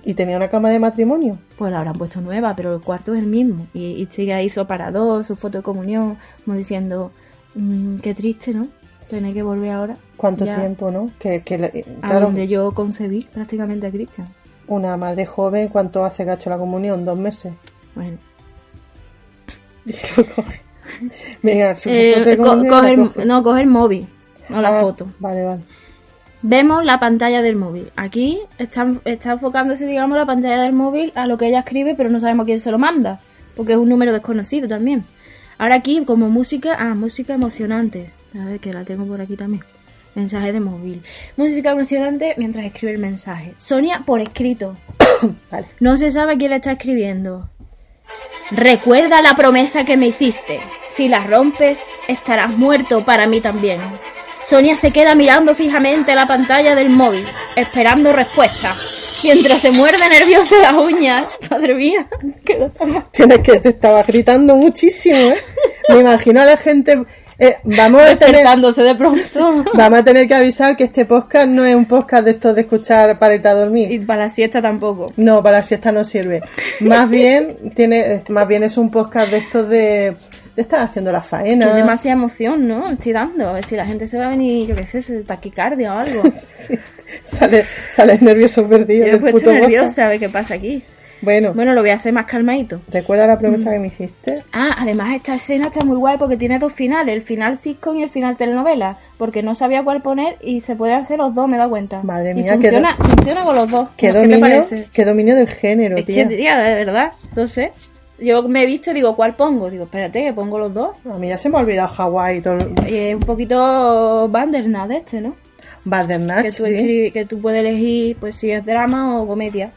S2: y tenía una cama de matrimonio.
S1: Pues la habrán puesto nueva, pero el cuarto es el mismo. Y, y sigue ahí su aparador, su foto de comunión, como diciendo, "Mm, qué triste, ¿no? Tener que volver ahora.
S2: ¿Cuánto
S1: Ya.
S2: tiempo, no? Que, que la-
S1: a
S2: claro,
S1: donde yo concebí prácticamente a Cristian.
S2: una madre joven, ¿cuánto hace que ha hecho la comunión? ¿Dos meses?
S1: Bueno,
S2: Venga, su
S1: Eh,
S2: foto de
S1: co-
S2: comunión
S1: coge
S2: la
S1: el-
S2: coge.
S1: no, coge el móvil, no la
S2: Ah,
S1: foto.
S2: Vale, vale.
S1: Vemos la pantalla del móvil. Aquí está, está enfocándose, digamos, la pantalla del móvil a lo que ella escribe, pero no sabemos quién se lo manda, porque es un número desconocido también. Ahora aquí, como música, ah, música emocionante. A ver, que la tengo por aquí también. Mensaje de móvil. Música emocionante mientras escribe el mensaje. Sonia por escrito.
S2: Vale.
S1: No se sabe quién le está escribiendo. Recuerda la promesa que me hiciste. Si la rompes, estarás muerto para mí también. Sonia se queda mirando fijamente la pantalla del móvil, esperando respuesta, mientras se muerde nerviosa las uñas. Madre mía, que no tan mal.
S2: Tienes que te estaba gritando muchísimo, ¿eh? Me imagino a la gente. eh, vamos a tener.
S1: despertándose de pronto.
S2: Vamos a tener que avisar que este podcast no es un podcast de estos de escuchar para irte a dormir.
S1: Y para la siesta tampoco.
S2: No, para la siesta no sirve. Más bien tiene, es- más bien es un podcast de estos de, de estar haciendo la
S1: Que es
S2: faena.
S1: demasiada emoción, ¿no? Estoy dando. A ver si la gente se va a venir, yo qué sé, se- taquicardia o algo.
S2: Sales sales nervioso
S1: Yo
S2: perdido.
S1: me he
S2: del
S1: puesto
S2: puto podcast.
S1: nerviosa a ver qué pasa aquí.
S2: Bueno,
S1: Bueno, lo voy a hacer más calmadito.
S2: recuerda la promesa que me hiciste.
S1: Ah, además esta escena está muy guay porque tiene dos finales, el final sitcom y el final telenovela, porque no sabía cuál poner y se pueden hacer los dos, me he dado cuenta.
S2: Madre
S1: Y
S2: mía, qué
S1: funciona, funciona con los dos.
S2: Qué
S1: ¿Qué te
S2: dominio,
S1: parece?
S2: qué dominio del género,
S1: Es que,
S2: tía.
S1: tía, de verdad, no sé. Yo me he visto y digo, ¿cuál pongo? Digo, espérate, que pongo los dos.
S2: A mí ya se me ha olvidado Hawái y todo. el-
S1: Y es un poquito Bandersnatch este, ¿no? que
S2: Badernach,
S1: tú,
S2: Ah, sí.
S1: escribes- que tú puedes elegir pues si es drama o comedia.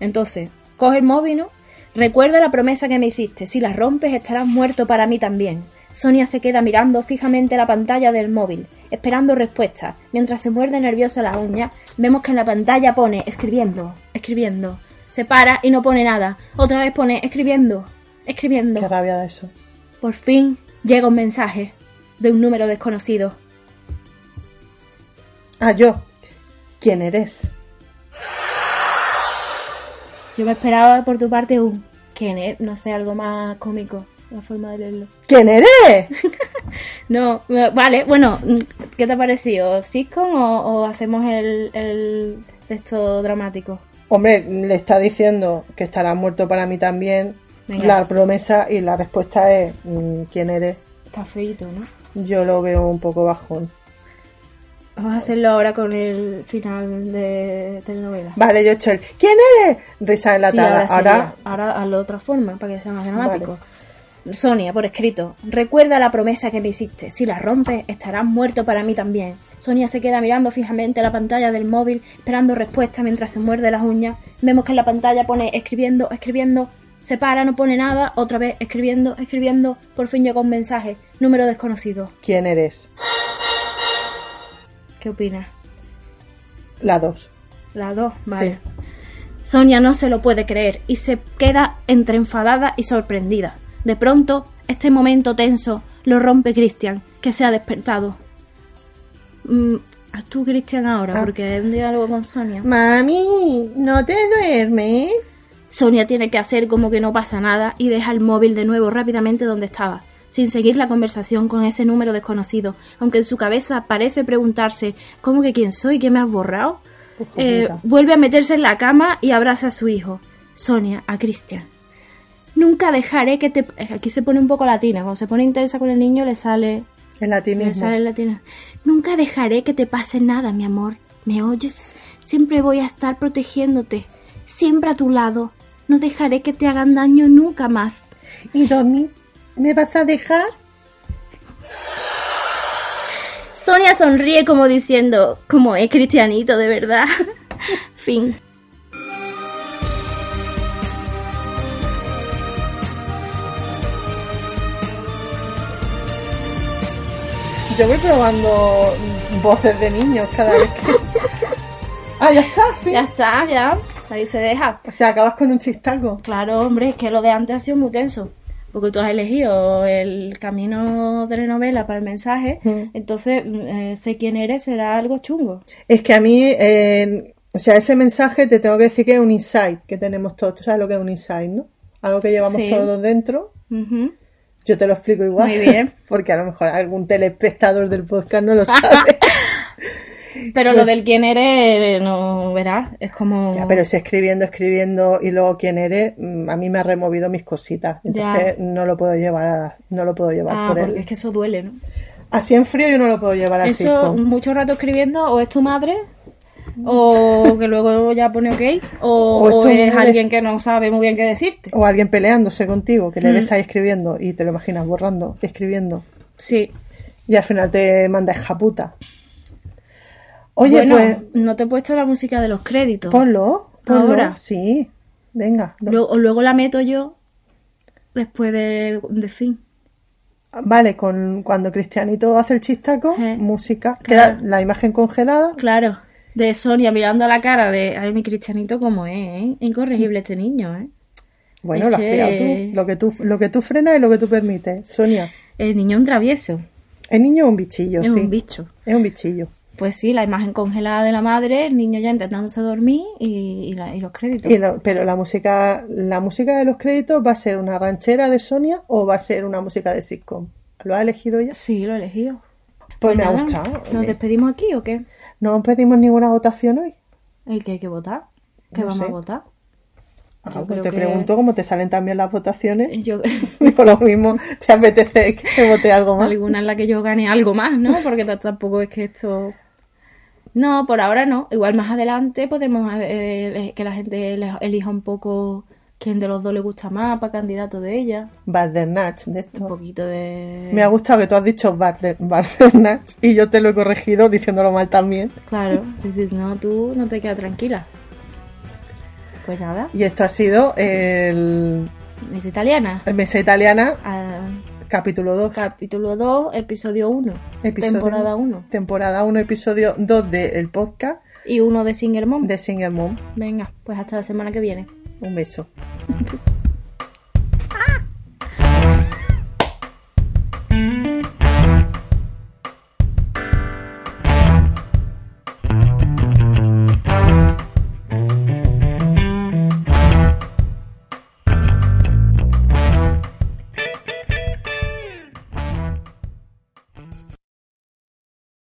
S1: Entonces, coge el móvil, ¿no? Recuerda la promesa que me hiciste. Si la rompes, estarás muerto para mí también. Sonia se queda mirando fijamente la pantalla del móvil, esperando respuesta. Mientras se muerde nerviosa las uñas, vemos que en la pantalla pone escribiendo, escribiendo. Se para y no pone nada. Otra vez pone escribiendo, escribiendo.
S2: Qué rabia de eso.
S1: Por fin llega un mensaje de un número desconocido.
S2: Ah, yo. ¿Quién eres?
S1: Yo me esperaba por tu parte un ¿Quién es? No sé, algo más cómico, la forma de leerlo.
S2: ¿Quién eres?
S1: No, eh, vale, bueno, mm, ¿qué te ha parecido? ¿Sitcom o, o hacemos el, el texto dramático?
S2: Hombre, le está diciendo que estará muerto para mí también.
S1: Venga.
S2: La promesa y la respuesta es mm, ¿quién eres?
S1: Está feito, ¿no?
S2: Yo lo veo un poco bajón.
S1: Vamos a hacerlo ahora con el final de telenovela.
S2: Vale, yo he hecho el ¿quién eres? Risa
S1: Sí, ahora,
S2: enlatada.
S1: sería.
S2: ahora,
S1: ahora, hazlo de otra forma para que sea más dramático. Sonia, por escrito, recuerda la promesa que me hiciste. Si la rompes, estarás muerto para mí también. Sonia se queda mirando fijamente la pantalla del móvil, esperando respuesta mientras se muerde las uñas. Vemos que en la pantalla pone escribiendo, escribiendo, se para, no pone nada, otra vez escribiendo, escribiendo, por fin llega un mensaje, número desconocido.
S2: ¿quién eres?
S1: ¿Qué opinas?
S2: La dos.
S1: La dos, vale. Sonia no se lo puede creer y se queda entre enfadada y sorprendida. De pronto, este momento tenso lo rompe Cristian, que se ha despertado. Mm, haz tú, Cristian, ahora,
S2: Ah.
S1: porque es un diálogo con Sonia.
S2: Mami, ¿no te duermes?
S1: Sonia tiene que hacer como que no pasa nada y deja el móvil de nuevo rápidamente donde estaba, sin seguir la conversación con ese número desconocido, aunque en su cabeza parece preguntarse ¿Cómo que quién soy? ¿Qué me has borrado?
S2: Hijo
S1: Eh,
S2: puta.
S1: vuelve a meterse en la cama y abraza a su hijo, Sonia, a Cristian. Nunca dejaré que te... eh, Aquí se pone un poco latina, cuando se pone intensa con el niño le sale...
S2: El latinismo.
S1: Le sale latina. Nunca dejaré que te pase nada, mi amor. ¿Me oyes? Siempre voy a estar protegiéndote. Siempre a tu lado. No dejaré que te hagan daño nunca más.
S2: ¿Y dormir? ¿Me vas a dejar?
S1: Sonia sonríe como diciendo, como es cristianito de verdad. Fin.
S2: Yo voy probando voces de niños cada vez que. Ah, ya está, sí.
S1: Ya está, ya. Ahí se deja.
S2: O sea, acabas con un chistaco.
S1: Claro, hombre, es que lo de antes ha sido muy tenso. Porque tú has elegido el camino de la novela para el mensaje.
S2: Mm.
S1: Entonces, mm, eh, sé quién eres, será algo chungo.
S2: Es que a mí, eh, o sea, ese mensaje te tengo que decir que es un insight que tenemos todos. Tú sabes lo que es un insight, ¿no? Algo que llevamos
S1: Sí.
S2: todos dentro.
S1: Ujú.
S2: Yo te lo explico igual.
S1: Muy bien.
S2: Porque a lo mejor algún telespectador del podcast no lo sabe.
S1: Pero lo del quién eres, eh, no verás. Es como.
S2: Pues Ya, pero si escribiendo, escribiendo y luego quién eres, mm, a mí me ha removido mis cositas. Entonces no lo puedo llevar, a- no lo puedo llevar
S1: Ah,
S2: por
S1: porque
S2: él.
S1: es que eso duele, ¿no?
S2: Así en frío yo no lo puedo llevar así.
S1: Eso, mm.
S2: con-
S1: mucho rato escribiendo, o es tu madre, o que luego ya pone ok, o,
S2: Mm. O es
S1: o
S2: tu
S1: es
S2: madre.
S1: alguien que no sabe muy bien qué decirte.
S2: O alguien peleándose contigo,
S1: Mm.
S2: que le ves ahí escribiendo y te lo imaginas borrando, escribiendo.
S1: Sí.
S2: Y al final te manda hija puta. Oye,
S1: bueno,
S2: pues
S1: no te he puesto la música de los créditos.
S2: ponlo, ponlo.
S1: Ahora.
S2: Sí, venga. do-
S1: Luego, o luego la meto yo después de, de fin.
S2: Vale, con, cuando Cristianito hace el chistaco,
S1: Ajá.
S2: música.
S1: Eh. Claro.
S2: Queda la imagen congelada.
S1: Claro. De Sonia mirando a la cara de, ay, mi cristianito, como es, ¿eh? Incorregible este niño, ¿eh?
S2: Bueno,
S1: Es
S2: lo has
S1: que-
S2: criado tú. Lo que tú, lo que tú frenas y lo que tú permites. Sonia,
S1: El niño es un travieso.
S2: el niño es un bichillo,
S1: Es
S2: sí.
S1: un bicho.
S2: Es un bichillo.
S1: Pues sí, la imagen congelada de la madre, el niño ya intentándose dormir y, y la- y los créditos.
S2: Y lo- pero la música, la música de los créditos va a ser una ranchera de Sonia o va a ser una música de sitcom. ¿Lo ha elegido ella?
S1: Sí, lo he elegido.
S2: Pues, me ha
S1: nada,
S2: gustado. eh.
S1: ¿Nos despedimos aquí o qué?
S2: No pedimos ninguna votación hoy.
S1: El que hay que votar. ¿Qué
S2: No
S1: vamos
S2: sé.
S1: a votar?
S2: Ah,
S1: Yo
S2: pues
S1: creo
S2: te
S1: que- Eh.
S2: pregunto cómo te salen también las votaciones.
S1: Yo,
S2: Digo lo mismo, ¿te apetece que se vote algo más?
S1: alguna en la que yo gane algo más, ¿no? Porque t- tampoco es que esto... No, por ahora no. Igual más adelante podemos eh, eh, que la gente ele- elija un poco quién de los dos le gusta más para candidato de ella.
S2: Badernach, de
S1: Un
S2: esto.
S1: poquito de...
S2: Me ha gustado que tú has dicho Bader- Badernach y yo te lo he corregido diciéndolo mal también.
S1: Claro, si, si no, tú no te quedas tranquila. Pues nada,
S2: Y esto ha sido el,
S1: es italiana.
S2: el Mesa Italiana,
S1: Ah,
S2: capítulo 2.
S1: capítulo 2, episodio 1.
S2: Episodio
S1: temporada 1.
S2: temporada 1, episodio 2 del podcast
S1: Y uno de Singer Mom.
S2: de Single Mom.
S1: Venga, pues hasta la semana que viene.
S2: Un beso.